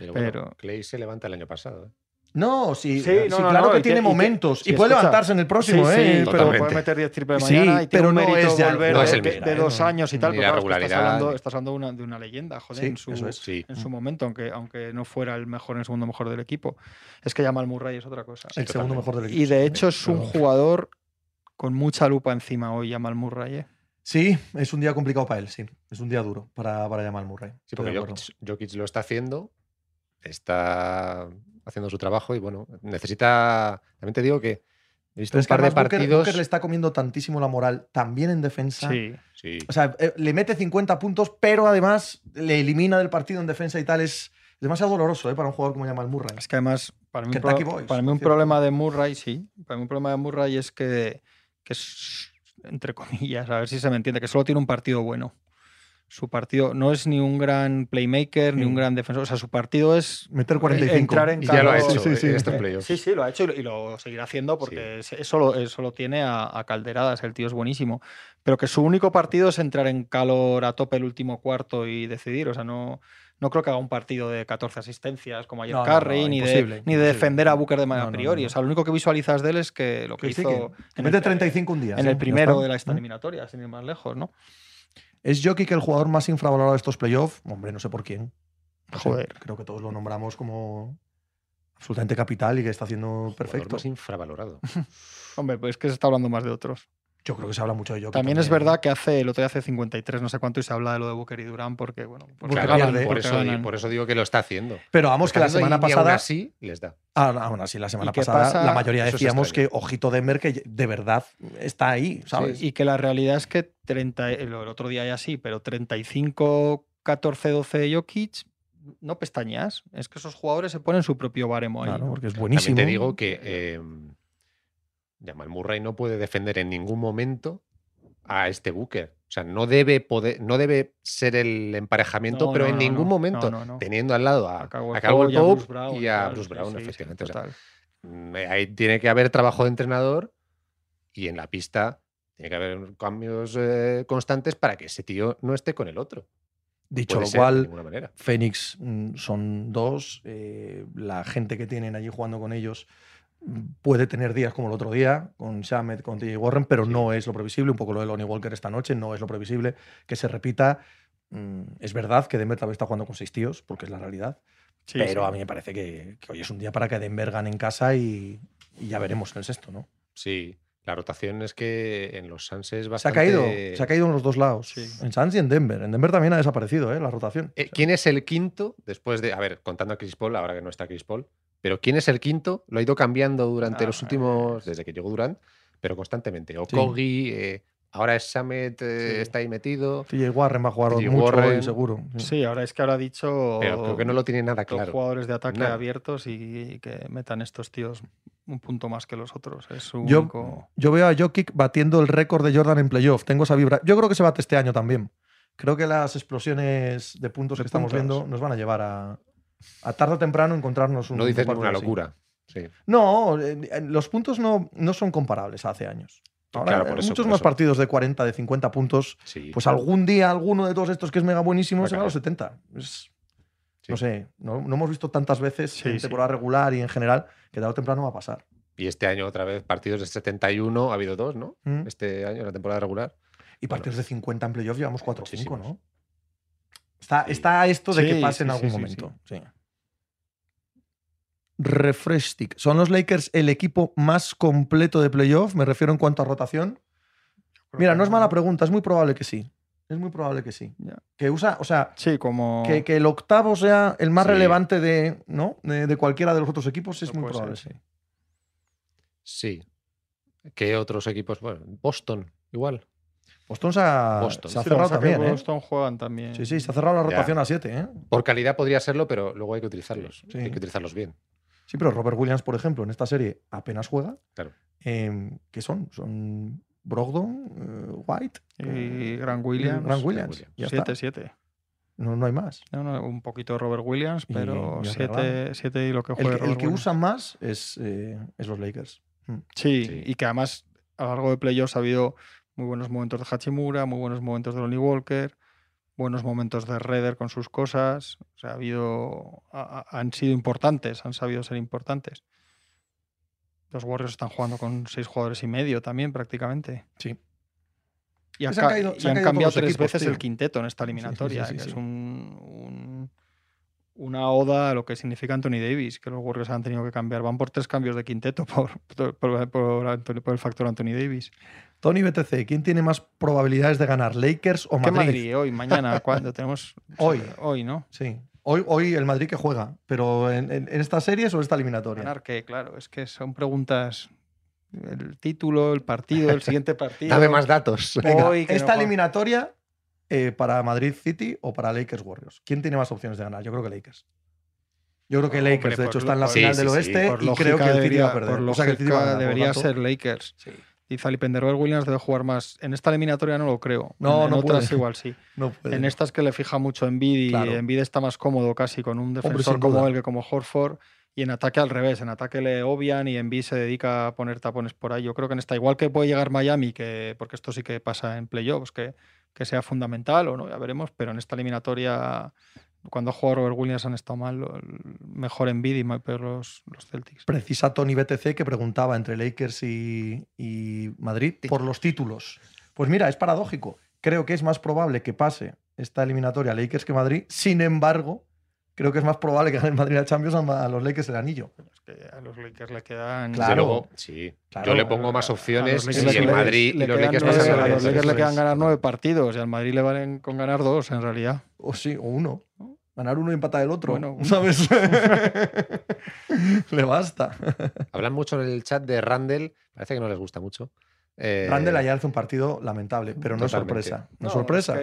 S4: Pero, bueno,
S3: Pero-
S4: Clay se levanta el año pasado. ¿eh?
S2: No, sí,
S3: Sí,
S2: eh, sí,
S3: no, no,
S2: claro
S3: no,
S2: que
S3: y
S2: tiene
S3: que- y que-
S2: momentos. Y,
S3: sí,
S2: puede
S3: escucha.
S2: levantarse en el próximo,
S3: sí,
S2: ¿eh?
S3: sí, pero
S2: Pero,
S4: Totalmente.
S3: puede meter 10 triples
S2: Sí,
S3: mañana y tiene
S2: pero
S3: un
S2: no
S3: mérito
S2: es de ahí,
S3: volver
S4: no
S3: de,
S4: es el
S3: de-
S4: mismo,
S3: de
S2: ¿eh?
S3: dos
S2: No.
S3: años y tal.
S4: Ni
S3: pero
S4: la
S3: claro, es que Estás
S4: regularidad,
S3: hablando,
S4: ni-
S3: estás hablando de, una, de una leyenda, joder,
S2: Sí,
S3: en su,
S2: eso es.
S4: Sí.
S3: en su momento, aunque, aunque no fuera el mejor en el segundo mejor del equipo. Es que Jamal Murray es otra cosa.
S2: el segundo mejor del equipo.
S3: y de
S2: sí,
S3: hecho es un
S2: pero-
S3: jugador con mucha lupa encima hoy, Jamal Murray. ¿eh?
S2: Sí, es un día complicado para él, sí. Es un día duro para, para Jamal Murray.
S4: Sí,
S2: Estoy
S4: porque
S2: de acuerdo.
S4: Jokic, Jokic lo está haciendo, está haciendo su trabajo y bueno, necesita. También te digo que he visto
S2: Pero
S4: un
S2: es que
S4: par de
S2: además Booker-
S4: partidos.
S2: Booker le está comiendo tantísimo la moral, también en defensa.
S3: Sí.
S4: Sí.
S2: O sea, eh, le mete 50 puntos, pero además le elimina del partido en defensa y tal. Es demasiado doloroso ¿eh? para un jugador como Jamal Murray.
S3: Es que además, para mí, un,
S2: Kentucky
S3: pro-
S2: Boys,
S3: para mí
S2: por
S3: un
S2: cierto.
S3: problema de Murray, sí, para mí un problema de Murray es que, que es, entre comillas, a ver si se me entiende, que solo tiene un partido bueno. Su partido no es ni un gran playmaker, ni
S2: Sí.
S3: un gran defensor, o sea, su partido es...
S2: Meter 45.
S3: Entrar en
S2: y
S4: Y ya lo ha
S3: Claro,
S4: hecho
S2: Sí, sí,
S4: eh,
S2: sí.
S4: en estos playoffs.
S3: Sí, sí, lo ha hecho y lo, y lo seguirá haciendo porque es- eso, lo, eso lo tiene a, a calderadas, el tío es buenísimo. Pero que su único partido es entrar en calor a tope el último cuarto y decidir, o sea, no... No creo que haga un partido de 14 asistencias como ayer
S2: No, no,
S3: Curry,
S2: no,
S3: ni,
S2: imposible,
S3: de, ni de
S2: imposible.
S3: defender a Booker de manera
S2: No, no, no,
S3: priori.
S2: no.
S3: O sea, lo único que visualizas de él es que lo que
S2: Sí, sí,
S3: hizo
S2: que- que
S3: en,
S2: mete
S3: el,
S2: 35 un día.
S3: en
S2: sí,
S3: el
S2: ya
S3: primero
S2: está.
S3: de las
S2: ¿Mm?
S3: eliminatorias, sin ir más lejos, ¿no?
S2: ¿Es Jokic el jugador más infravalorado de estos playoffs? Hombre, no sé por quién. No sé,
S3: Joder.
S2: creo que todos lo nombramos como absolutamente capital y que está haciendo
S4: Perfecto.
S2: perfecto.
S4: Más infravalorado.
S3: Hombre, pues es que se está hablando más de otros.
S2: Yo creo que se habla mucho de Jokic.
S3: También es verdad que hace el otro día hace 53, no sé cuánto, y se habla de lo de Booker y Durán porque, bueno, porque
S4: Claro,
S2: ganan,
S4: por,
S2: porque
S4: eso, di- por eso digo que lo está haciendo.
S2: Pero vamos, que la
S4: Está haciendo
S2: semana
S4: y ni aún
S2: pasada.
S4: así les da.
S2: Ah, aún así, la semana
S3: ¿Y qué
S2: pasada
S3: pasa?
S2: la mayoría
S4: Eso es
S2: decíamos que
S4: extraño.
S2: ojito Denver que de verdad está ahí, ¿sabes?
S3: Y que la realidad es que 30, el el otro día ya sí, pero 35, 14, 12 de Jokic, no pestañas. Es que esos jugadores se ponen su propio baremo ahí.
S2: Claro,
S3: ¿no?
S2: porque es
S4: También
S2: buenísimo.
S4: te digo que eh, Jamal Murray no puede defender en ningún momento a este Booker. O sea, no debe, poder, no debe ser el emparejamiento,
S3: No,
S4: pero
S3: no,
S4: en
S3: no,
S4: ningún
S3: no.
S4: momento,
S3: No, no, no.
S4: teniendo al lado a,
S3: A
S4: a
S3: Caldwell Pope
S4: Caldwell
S3: y a Bruce
S4: Pope
S3: Brown,
S4: y a
S3: claro,
S4: Bruce
S3: sí,
S4: Brown,
S3: sí, pues sí,
S4: efectivamente. O sea,
S3: total.
S4: mm, ahí tiene que haber trabajo de entrenador y en la pista tiene que haber cambios eh, constantes para que ese tío no esté con el otro.
S2: Dicho
S4: Puede
S2: lo
S4: ser, de
S2: cual,
S4: ninguna manera.
S2: Phoenix mm, son dos. eh, la gente que tienen allí jugando con ellos mm, puede tener días como el otro día, con Shamet, con TJ Warren, pero
S4: Sí.
S2: no es lo previsible. Un poco lo de Lonnie Walker esta noche, no es lo previsible que se repita. Mm, Es verdad que Denver también está jugando con seis tíos, porque es la realidad.
S3: Sí,
S2: pero
S3: sí.
S2: a mí me parece que, que hoy es un día para que Denver gane en casa y, y ya veremos en el sexto, ¿no?
S4: Sí, la rotación es que en los Suns es
S2: Se ha
S4: bastante...
S2: caído, se ha caído en los dos lados.
S3: Sí.
S2: En Suns y en Denver. En Denver también ha desaparecido ¿eh? la rotación.
S4: Eh, ¿Quién es el quinto después de, a ver, contando a Chris Paul, ahora que no está Chris Paul, pero quién es el quinto? Lo ha ido cambiando durante
S3: Ah,
S4: los últimos, desde que llegó Durant, pero constantemente. O
S2: Sí.
S4: Kogi, eh, ahora es Samet, eh,
S3: Sí.
S4: está ahí metido.
S2: TJ Warren va a jugar
S4: TJ
S2: mucho
S4: Warren.
S2: hoy, seguro. Sí.
S3: Sí, ahora es que ahora ha dicho
S4: Pero creo que no lo tiene nada
S3: los
S4: claro.
S3: jugadores de ataque
S4: Nada.
S3: abiertos y que metan estos tíos un punto más que los otros. Es su
S2: Yo-
S3: único-
S2: Yo veo a Jokic batiendo el récord de Jordan en playoff. Tengo esa vibra. Yo creo que se bate este año también. Creo que las explosiones de puntos
S3: De
S2: que estamos
S3: puntos.
S2: viendo nos van a llevar a, a tarde o temprano encontrarnos un.
S4: No dices
S2: un partido
S4: ninguna
S2: así.
S4: locura. Sí.
S2: No, eh, eh, los puntos no, no son comparables a hace años. Ahora,
S4: Claro, por
S2: eh,
S4: eso,
S2: muchos
S4: por
S2: más
S4: eso.
S2: partidos de 40, de 50 puntos.
S4: Sí.
S2: Pues algún día, alguno de todos estos que es mega buenísimo,
S4: Va
S2: se
S4: a
S2: va a los
S4: caer.
S2: 70. Es-
S4: Sí.
S2: No sé, no, no hemos visto tantas veces
S3: Sí,
S2: en
S3: sí.
S2: temporada regular y en general que tarde o temprano va a pasar.
S4: Y este año otra vez partidos de 71, ha habido dos, ¿no?
S2: ¿Mm?
S4: Este año, la temporada regular.
S2: Y
S4: Bueno.
S2: partidos de 50 en playoff llevamos 4 o 5,
S4: Muchísimos.
S2: ¿no? Está,
S4: Sí.
S2: está esto de que
S3: Sí,
S2: pase en
S3: sí,
S2: algún
S3: sí, sí,
S2: momento. Sí. Refresh tick. ¿Son los Lakers el equipo más completo de playoff? Me refiero en cuanto a rotación. Mira, no es mala pregunta, es muy probable que sí. Es muy probable que sí.
S3: Ya.
S2: Que usa, o sea,
S3: Sí, como.
S2: que, que el octavo sea el más
S4: Sí.
S2: relevante de, ¿no? de, de cualquiera de los otros equipos es
S3: No
S2: muy
S3: puede
S2: probable.
S3: ser,
S2: sí.
S4: Sí. ¿Qué otros equipos? Bueno, Boston, igual.
S2: Boston se ha,
S4: Boston.
S2: se ha
S3: Sí, lo que
S2: cerrado
S3: pasa es que
S2: también. ¿eh?
S3: Boston juegan también.
S2: Sí, sí, se ha cerrado la
S4: Ya.
S2: rotación a 7. ¿eh?
S4: Por calidad podría serlo, pero luego hay que utilizarlos.
S2: Sí.
S4: Hay que utilizarlos bien.
S2: Sí, pero Robert Williams, por ejemplo, en esta serie apenas juega.
S4: Claro.
S2: Eh, ¿Qué son? Son Brogdon, eh, White
S3: Y Gran
S2: y
S3: Williams.
S2: Grant Williams.
S4: Williams.
S2: Ya está.
S3: 7-7.
S2: No, no hay más.
S3: No, no, un poquito Robert Williams,
S2: Y-
S3: pero
S2: y
S3: 7
S2: arreglado.
S3: siete, y lo que
S2: El,
S3: juega
S2: que- el
S3: Robert
S2: que
S3: Williams.
S2: usan más es, eh, es los Lakers.
S3: Sí,
S4: Sí.
S3: y que además a lo largo de playoffs ha habido muy buenos momentos de Hachimura, muy buenos momentos de Lonnie Walker, buenos momentos de Redder con sus cosas. O sea, ha habido, ha- ha- han sido importantes, han sabido ser importantes. Los Warriors están jugando con seis jugadores y medio también prácticamente.
S2: Sí.
S3: Y,
S2: Que
S3: han
S2: se han
S3: ca-
S2: caído-
S3: y
S2: se han
S3: han
S2: caído
S3: cambiado
S2: todos los
S3: tres
S2: equipos,
S3: veces
S2: tío.
S3: el quinteto en esta eliminatoria, ¿eh?
S2: sí,
S3: que
S2: sí.
S3: es un- un- una oda a lo que significa Anthony Davis, que los Warriors han tenido que cambiar. Van por tres cambios de quinteto por, por, por- por Anthony- por el factor Anthony Davis.
S2: Tony BTC, ¿quién tiene más probabilidades de ganar? ¿Lakers o
S3: ¿Qué
S2: Madrid?
S3: Madrid? Hoy, mañana, cuando tenemos.
S2: Hoy.
S3: Hoy, ¿no?
S2: Sí. Hoy, hoy el Madrid que juega, pero en, en- en estas series o en esta eliminatoria.
S3: Ganar que, claro, es que son preguntas. El título, el partido, el siguiente partido.
S4: Dame más datos.
S2: Venga,
S3: Hoy que no
S2: esta
S3: juega.
S2: eliminatoria eh, para Madrid City o para Lakers Warriors. ¿Quién tiene más opciones de ganar? Yo creo que Lakers. Yo creo que
S3: Hombre,
S2: Lakers, de
S3: por
S2: hecho,
S3: lo-
S2: está en la
S3: por-
S2: final
S4: sí,
S2: del
S4: sí, sí.
S2: oeste
S3: Por
S2: y
S3: lógica
S2: creo que el City
S3: debería,
S2: va a perder.
S3: por
S2: O sea, que el City
S3: lógica
S2: va a ganar, por lo
S3: debería
S2: tanto,
S3: ser Lakers.
S2: sí,
S3: Y Penderberg Williams debe jugar más. En esta eliminatoria no lo creo.
S2: No,
S3: En- en
S2: no
S3: otras
S2: puede.
S3: igual sí.
S2: no puede.
S3: En estas que le fija mucho Envid y
S2: Eh, Claro.
S3: Envid está más cómodo casi con un defensor
S2: sin
S3: como
S2: duda.
S3: él que como Horford. Y en ataque al revés, en ataque le obvian y Envid se dedica a poner tapones por ahí. Yo creo que en esta, igual que puede llegar Miami, que, porque esto sí que pasa en playoffs, que, que sea fundamental o no, ya veremos, pero en esta eliminatoria, cuando ha jugado Robert Williams han estado mal, lo- mejor Envid y más peor los, los Celtics.
S2: Precisa Tony BTC que preguntaba entre Lakers y, y Madrid por los títulos. Pues mira, es paradójico. Creo que es más probable que pase esta eliminatoria Lakers que Madrid. Sin embargo, creo que es más probable que gane el Madrid la Champions a ma- a los Lakers el anillo.
S3: Es que a los Lakers le quedan...
S4: Desde
S2: Claro.
S4: luego, sí.
S2: Claro,
S4: Yo le
S2: a-
S4: pongo más
S3: a- a
S4: opciones
S3: los
S4: si
S3: Lakers
S4: el
S3: le-
S4: Madrid y
S3: le
S4: los
S3: quedan
S4: Lakers
S3: nueve-
S4: pasan
S3: a los
S4: al Madrid.
S3: Lakers le
S2: Eso
S3: quedan
S2: es.
S3: ganar nueve partidos y al Madrid le valen con ganar dos en realidad.
S2: O sí, o uno. Ganar uno y empatar el otro.
S3: Bueno, uno.
S2: ¿Sabes? Le basta.
S4: Hablan mucho en el chat de Randall. Parece que no les gusta mucho. Eh,
S2: Randall ayer hace un partido lamentable, pero no es
S4: Totalmente.
S2: sorpresa. No, es sorpresa.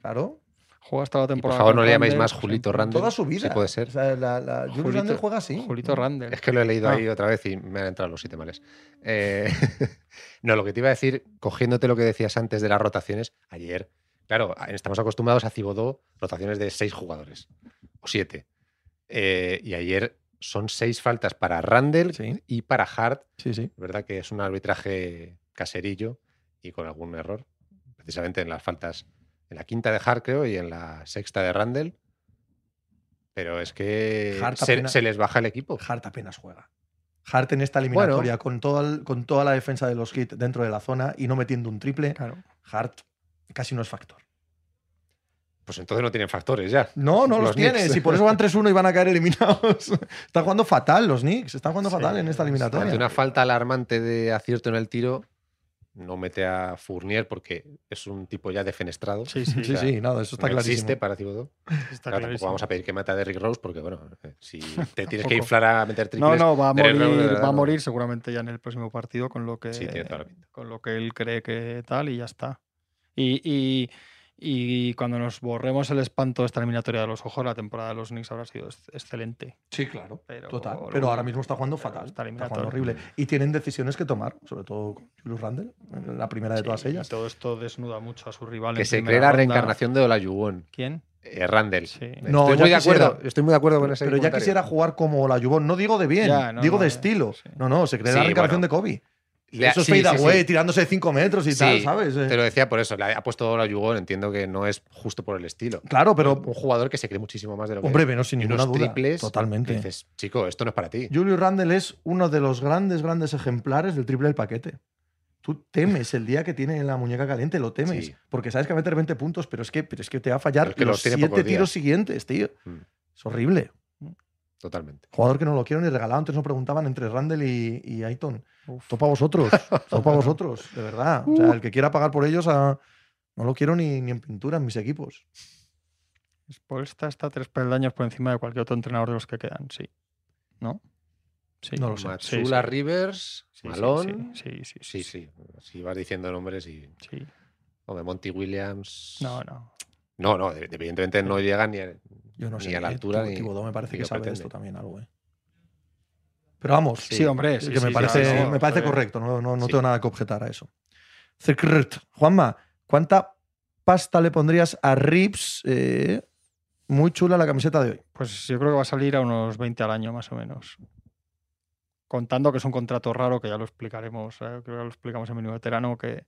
S2: Claro.
S3: Juega hasta la
S4: y por
S3: temporada.
S4: favor,
S3: con
S4: no le llaméis
S3: Randle,
S4: más
S3: pues,
S4: Julito
S3: en-
S4: Randall.
S2: Toda su vida.
S4: Sí, puede ser.
S2: O sea, la, la- Julius
S3: Julito-
S2: Randle juega así.
S3: Julito Randall.
S4: Es que lo he leído
S3: Ah.
S4: ahí otra vez y me han entrado los siete males. Eh, no, lo que te iba a decir, cogiéndote lo que decías antes de las rotaciones, ayer, claro, a- estamos acostumbrados a Cibodó rotaciones de seis jugadores o siete. Eh, y ayer son seis faltas para Randall
S2: Sí.
S4: y para Hart.
S2: Sí, sí.
S4: Es verdad que es un arbitraje caserillo y con algún error, precisamente en las faltas, en la quinta de Hart, creo, y en la sexta de Randall. Pero es que
S2: Hart
S4: se,
S2: apenas-
S4: se les baja el equipo.
S2: Pues Hart apenas juega. Hart en esta eliminatoria, con, todo el- con toda la defensa de los Heat dentro de la zona y no metiendo un triple,
S3: Claro.
S2: Hart casi no es factor.
S4: Pues entonces no tienen factores ya.
S2: No, no los,
S4: Los
S2: tienes.
S4: Knicks.
S2: Y por eso van 3-1 y van a caer eliminados. Están jugando fatal los Knicks. Están jugando
S3: Sí,
S2: fatal en esta
S3: es-
S2: eliminatoria.
S4: Ante una falta alarmante de acierto en el tiro, no mete a Fournier porque es un tipo ya defenestrado.
S3: Sí, sí,
S2: Sí,
S4: sea,
S2: sí, nada, eso está
S4: no
S2: clarísimo.
S4: existe para Thibodeau.
S3: está
S4: Claro, tampoco
S3: clarísimo.
S4: vamos a pedir que mate a Derrick Rose porque, bueno, eh, si te tienes que
S3: Tampoco.
S4: inflar a meter triples...
S3: No, no, va a
S4: Derrick
S3: morir,
S4: Rose, de verdad,
S3: va a
S4: no.
S3: morir seguramente ya en el próximo partido con lo que,
S4: Sí, tiene toda la pinta.
S3: con lo que él cree que tal y ya está. Y, y- y cuando nos borremos el espanto de esta eliminatoria de los ojos, la temporada de los Knicks habrá sido ex- excelente.
S2: Sí, claro.
S3: Pero,
S2: Total. Pero ahora mismo está jugando
S3: pero
S2: fatal.
S3: está
S2: Está, jugando
S3: eliminatoria.
S2: horrible. Y tienen decisiones que tomar, sobre todo con Julius Randle, en la primera de
S3: Sí,
S2: todas
S3: y
S2: ellas.
S3: todo esto desnuda mucho a su rival.
S4: Que
S3: en
S4: se cree
S3: primera
S4: la
S3: ronda.
S4: reencarnación de Olajuwon.
S3: ¿Quién?
S4: Eh, Randall.
S3: Sí.
S2: No,
S4: estoy
S2: ya
S4: muy de
S2: quisiera.
S4: acuerdo. Estoy muy de acuerdo con ese
S2: Pero ya
S4: comentario.
S2: quisiera jugar como la Jubón. No digo de bien,
S3: Ya, no,
S2: digo
S3: no,
S2: de
S3: eh,
S2: estilo.
S3: sí.
S2: No, no, se cree
S4: Sí,
S2: la reencarnación
S4: bueno.
S2: de Kobe.
S4: Le-
S2: Eso es
S4: sí, sí,
S2: fadeaway,
S4: sí.
S2: tirándose de 5 metros y
S4: Sí,
S2: tal, ¿sabes? Eh,
S4: Te lo decía por eso, le ha puesto Olajuwon, entiendo que no es justo por el estilo.
S2: claro, pero
S4: un jugador que se cree muchísimo más de lo que
S2: hombre,
S4: es.
S2: menos sin
S4: Y
S2: ninguna
S4: unos
S2: duda.
S4: triples que
S2: Totalmente.
S4: dices, chico, esto no es para ti.
S2: Julius Randle es uno de los grandes, grandes ejemplares del triple del paquete. Tú temes el día que tiene la muñeca caliente, lo temes.
S4: Sí.
S2: Porque sabes que va a meter 20 puntos, pero es que, pero es que te va a
S4: Pero
S2: fallar
S4: es que
S2: los
S4: los tiene
S2: 7
S4: pocos
S2: tiros
S4: días.
S2: siguientes, tío.
S4: Mm.
S2: Es horrible.
S4: Totalmente.
S2: Jugador que no lo quiero ni regalado. Antes no preguntaban entre Randle y, y Aiton.
S3: Uf.
S2: Topa vosotros. Topa vosotros, de verdad. O sea, el que quiera pagar por ellos, a- no lo quiero ni, ni en pintura en mis equipos.
S3: Spolstra está tres peldaños por encima de cualquier otro entrenador de los que quedan, sí. ¿No? Sí.
S2: No lo sé.
S3: Sí,
S4: Matsula,
S3: sí.
S4: Rivers,
S3: Sí, sí,
S4: Malone.
S3: Sí, sí, sí.
S4: Sí sí,
S3: sí,
S4: Si vas diciendo nombres y.
S3: sí.
S4: Hombre, Monty Williams.
S3: No, no.
S4: No, no, evidentemente no llega ni a-
S2: Yo no
S4: Ni
S2: sé.
S4: a la
S2: eh,
S4: altura
S2: Thibo-
S4: ni-
S2: Thibodeau me parece
S4: ni
S2: que
S4: lo
S2: sabe de
S4: pretende.
S2: esto también algo, eh. Pero vamos,
S3: Sí, hombre. sí,
S2: que
S3: sí,
S2: me
S3: sí,
S2: parece,
S3: sí, eh, sí,
S2: me parece
S3: joder.
S2: correcto, no, no, no
S4: Sí.
S2: tengo nada que objetar a eso. Secret. Juanma, ¿cuánta pasta le pondrías a Rips? eh, muy chula la camiseta de hoy.
S3: Pues yo creo que va a salir a unos 20 al año más o menos. Contando que es un contrato raro, que ya lo explicaremos, eh, creo que lo explicamos en Mini Veterano, que,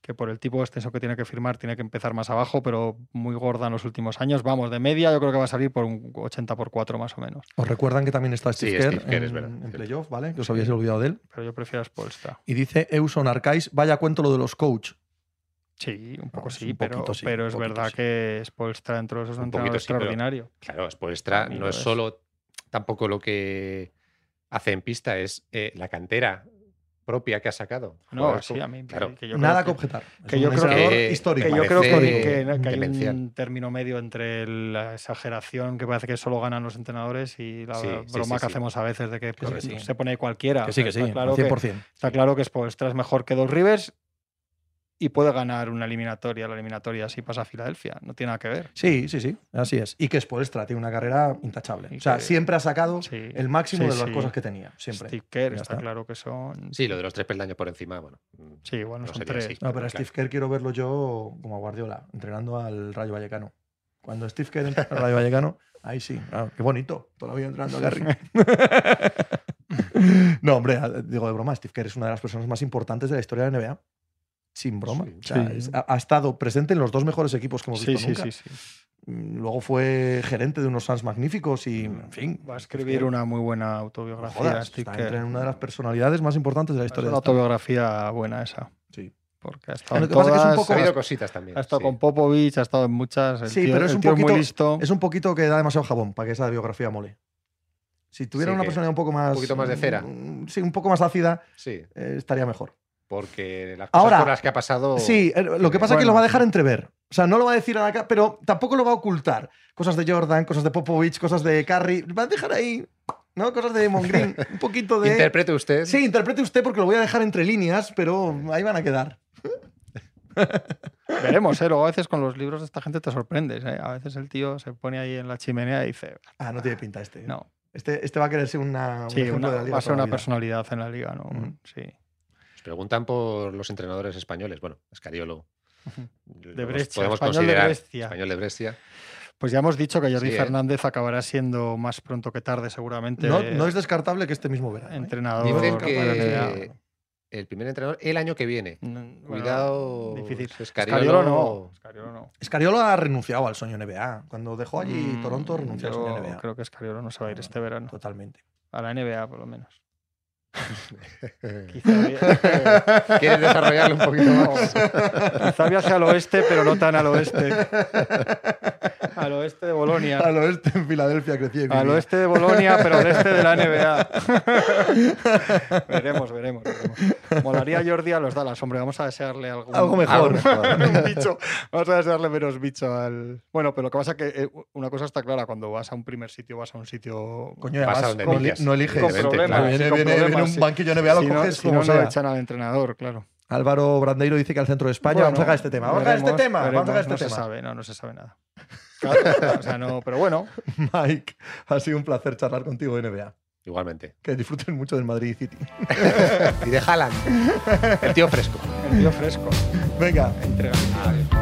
S3: que por el tipo de extensión que tiene que firmar tiene que empezar más abajo, pero muy gorda en los últimos años. Vamos, de media yo creo que va a salir por un 80 por 4 más o menos.
S2: Os recuerdan que también está Steve
S4: Sí,
S2: Kerr
S4: Steve Kerr,
S2: en,
S4: es verdad,
S2: en
S4: cierto.
S2: playoff, ¿vale? Que os habéis olvidado de él.
S3: Pero yo prefiero a Spolstra.
S2: Y dice Euson Arcais, vaya cuento lo de los coach.
S3: Sí, un poco
S2: Vamos,
S3: sí,
S2: un
S3: pero,
S2: poquito sí,
S3: pero
S2: un
S3: es
S2: poquito
S3: verdad
S2: sí.
S3: que Spolstra dentro de esos es un
S4: Un poquito
S3: entrenador
S4: sí, pero-
S3: extraordinario.
S4: Claro, Spoelstra
S3: Para mí
S4: no
S3: lo
S4: es
S3: es.
S4: solo tampoco lo que hace en pista, es eh, la cantera propia que ha sacado.
S3: No,
S4: Jugadores
S3: sí,
S4: como-
S3: a mí.
S4: claro.
S3: que yo
S2: Nada que
S3: creo que-
S2: objetar. Es
S3: que
S2: un
S3: yo creo
S2: entrenador
S4: que-
S2: histórico.
S3: Que yo creo
S4: Parece
S3: que, que- que hay
S4: demencial.
S3: un término medio entre la exageración que parece que solo ganan los entrenadores y la
S4: Sí, sí,
S3: broma
S4: sí,
S3: que
S4: sí.
S3: hacemos a veces de que, pues,
S2: que sí.
S3: se pone ahí cualquiera.
S2: Que
S3: O
S2: sí,
S3: sea,
S2: que sí,
S3: Está claro, que,
S2: 100%.
S3: está claro que Spoelstra es pues, mejor que dos Rivers y puede ganar una eliminatoria. La eliminatoria si pasa a Filadelfia. No tiene nada que ver.
S2: Sí, sí, sí, así es. Y que Spoelstra tiene una carrera intachable.
S3: Y
S2: O sea,
S3: que-
S2: siempre ha sacado
S3: Sí.
S2: el máximo
S3: Sí,
S2: de las
S3: sí.
S2: cosas que tenía, siempre.
S3: Steve Kerr,
S2: Ya
S3: está,
S2: está.
S3: claro que son.
S4: Sí, lo de los tres peldaños por encima, bueno. mm,
S3: Sí, igual no,
S4: No
S3: son
S4: sería
S3: tres.
S4: así.
S2: No, pero a
S4: Claro.
S2: Ah, Steve Kerr quiero verlo yo como a Guardiola, entrenando al Rayo Vallecano. Cuando Steve Kerr entra al Rayo Vallecano, ahí sí. Ah, qué bonito, todavía entrenando a Gary. no, hombre, ah, digo de broma, Steve Kerr es una de las personas más importantes de la historia de la NBA. Sin broma.
S4: Sí.
S2: O sea,
S3: Sí.
S2: es- ha, ha estado presente en los dos mejores equipos que hemos
S3: Sí,
S2: visto
S3: sí,
S2: nunca.
S3: sí, sí.
S2: Mm, Luego fue gerente de unos Suns magníficos y, en fin.
S3: Mm, Va a escribir una muy buena autobiografía.
S2: Joder,
S3: Steve
S2: está
S3: Kerr.
S2: entre una de las personalidades más importantes de la
S3: es
S2: historia.
S3: una
S2: de esta-
S3: autobiografía buena esa.
S2: Sí.
S3: Porque ha estado
S2: Lo
S3: en
S2: que pasa es que es un
S3: todas,
S2: poco-
S4: Ha habido
S3: ha-
S4: cositas también.
S3: Ha estado
S4: sí.
S3: con Popovich, ha estado en muchas. El
S2: Sí,
S3: tío,
S2: pero es
S3: el
S2: un
S3: tío
S2: poquito-
S3: muy listo.
S2: Es un poquito que da demasiado jabón para que esa biografía mole. Si tuviera
S4: Sí,
S2: una
S4: que-
S2: personalidad un poco más.
S4: un poquito más de cera.
S2: mm, Sí, un poco más ácida,
S4: Sí,
S2: eh, estaría mejor.
S4: porque las cosas
S2: Ahora-
S4: por las que ha pasado.
S2: Sí, eh, lo que pasa es que
S3: Bueno.
S2: lo va a dejar entrever. O sea, no lo va a decir a la ca- pero tampoco lo va a ocultar. Cosas de Jordan, cosas de Popovich, cosas de Curry. Va a dejar ahí, ¿no? Cosas de Damon Green. Un poquito de.
S4: Interprete usted.
S2: Sí, interprete usted porque lo voy a dejar entre líneas, pero ahí van a quedar.
S3: Veremos, ¿eh? Luego a veces con los libros de esta gente te sorprendes. ¿eh? A veces el tío se pone ahí en la chimenea y dice,
S2: Ah, no tiene pinta este.
S3: no.
S2: Este, este va a querer ser una. un
S3: Sí,
S2: ejemplo
S3: una-
S2: de la liga
S3: va a ser
S2: toda la
S3: una
S2: vida.
S3: personalidad en la liga, ¿no?
S2: Ujú.
S3: Sí.
S4: Nos preguntan por los entrenadores españoles. Bueno, Escariolo.
S3: De Brescia,
S4: Podemos
S3: español de
S4: considerar
S3: Brescia.
S4: español de Brescia.
S3: Pues ya hemos dicho que Jordi
S4: Sí, ¿eh?
S3: Fernández acabará siendo más pronto que tarde, seguramente. eh,
S2: No, no es descartable que este mismo verano. ¿eh?
S3: entrenador.
S4: Dicen
S3: de la NBA.
S4: que el primer entrenador el año que viene.
S3: Mm, bueno,
S4: Cuidado.
S3: Difícil.
S4: Escariolo-
S3: Escariolo no. Escariolo no.
S2: Escariolo ha renunciado al sueño NBA. Cuando dejó allí
S3: Mm,
S2: Toronto, renunció al
S3: yo
S2: sueño NBA.
S3: Creo que Escariolo no se va a ir
S2: No,
S3: este verano.
S2: Totalmente.
S3: A la NBA, por lo menos. Quizá eh,
S4: ¿Quieres desarrollarlo un poquito más?
S3: Quizá viaje al oeste, pero no tan al oeste. A al oeste de Bolonia.
S2: Al oeste, en Filadelfia crecí. y viví.
S3: Al oeste de Bolonia, pero al este de la NBA. veremos, veremos, veremos. Molaría Jordi a los Dallas. Hombre, vamos a desearle algún,
S2: Algo mejor.
S3: un bicho. Vamos a desearle menos bicho al. Bueno, pero lo que pasa es que eh, una cosa está clara: cuando vas a un primer sitio, vas a un sitio.
S2: Coño,
S4: Pasa
S2: además,
S4: donde
S2: no,
S4: pillas,
S2: li- no eliges.
S3: con
S4: evidente,
S3: problemas.
S4: claro.
S2: viene
S3: sí, con
S2: viene- viene
S3: problemas, sí.
S2: un banquillo NBA, lo
S3: Si no-
S2: coges
S3: si
S2: como
S3: no, no
S2: sea.
S3: echan al entrenador, claro.
S2: Álvaro Brandeiro dice que al centro de España. vamos a
S3: Bueno,
S2: sacar este tema. Vamos a sacar este tema.
S3: veremos,
S2: vamos a sacar
S3: veremos,
S2: este
S3: no se sabe, no, no se sabe nada. Claro, o sea, no, pero bueno,
S2: tema. Mike, ha sido un placer charlar contigo, NBA.
S4: Igualmente.
S2: Que disfruten mucho del Madrid City.
S4: Y de Haaland. El tío fresco.
S3: el tío fresco,
S2: Venga,
S3: entrega.
S4: Adiós.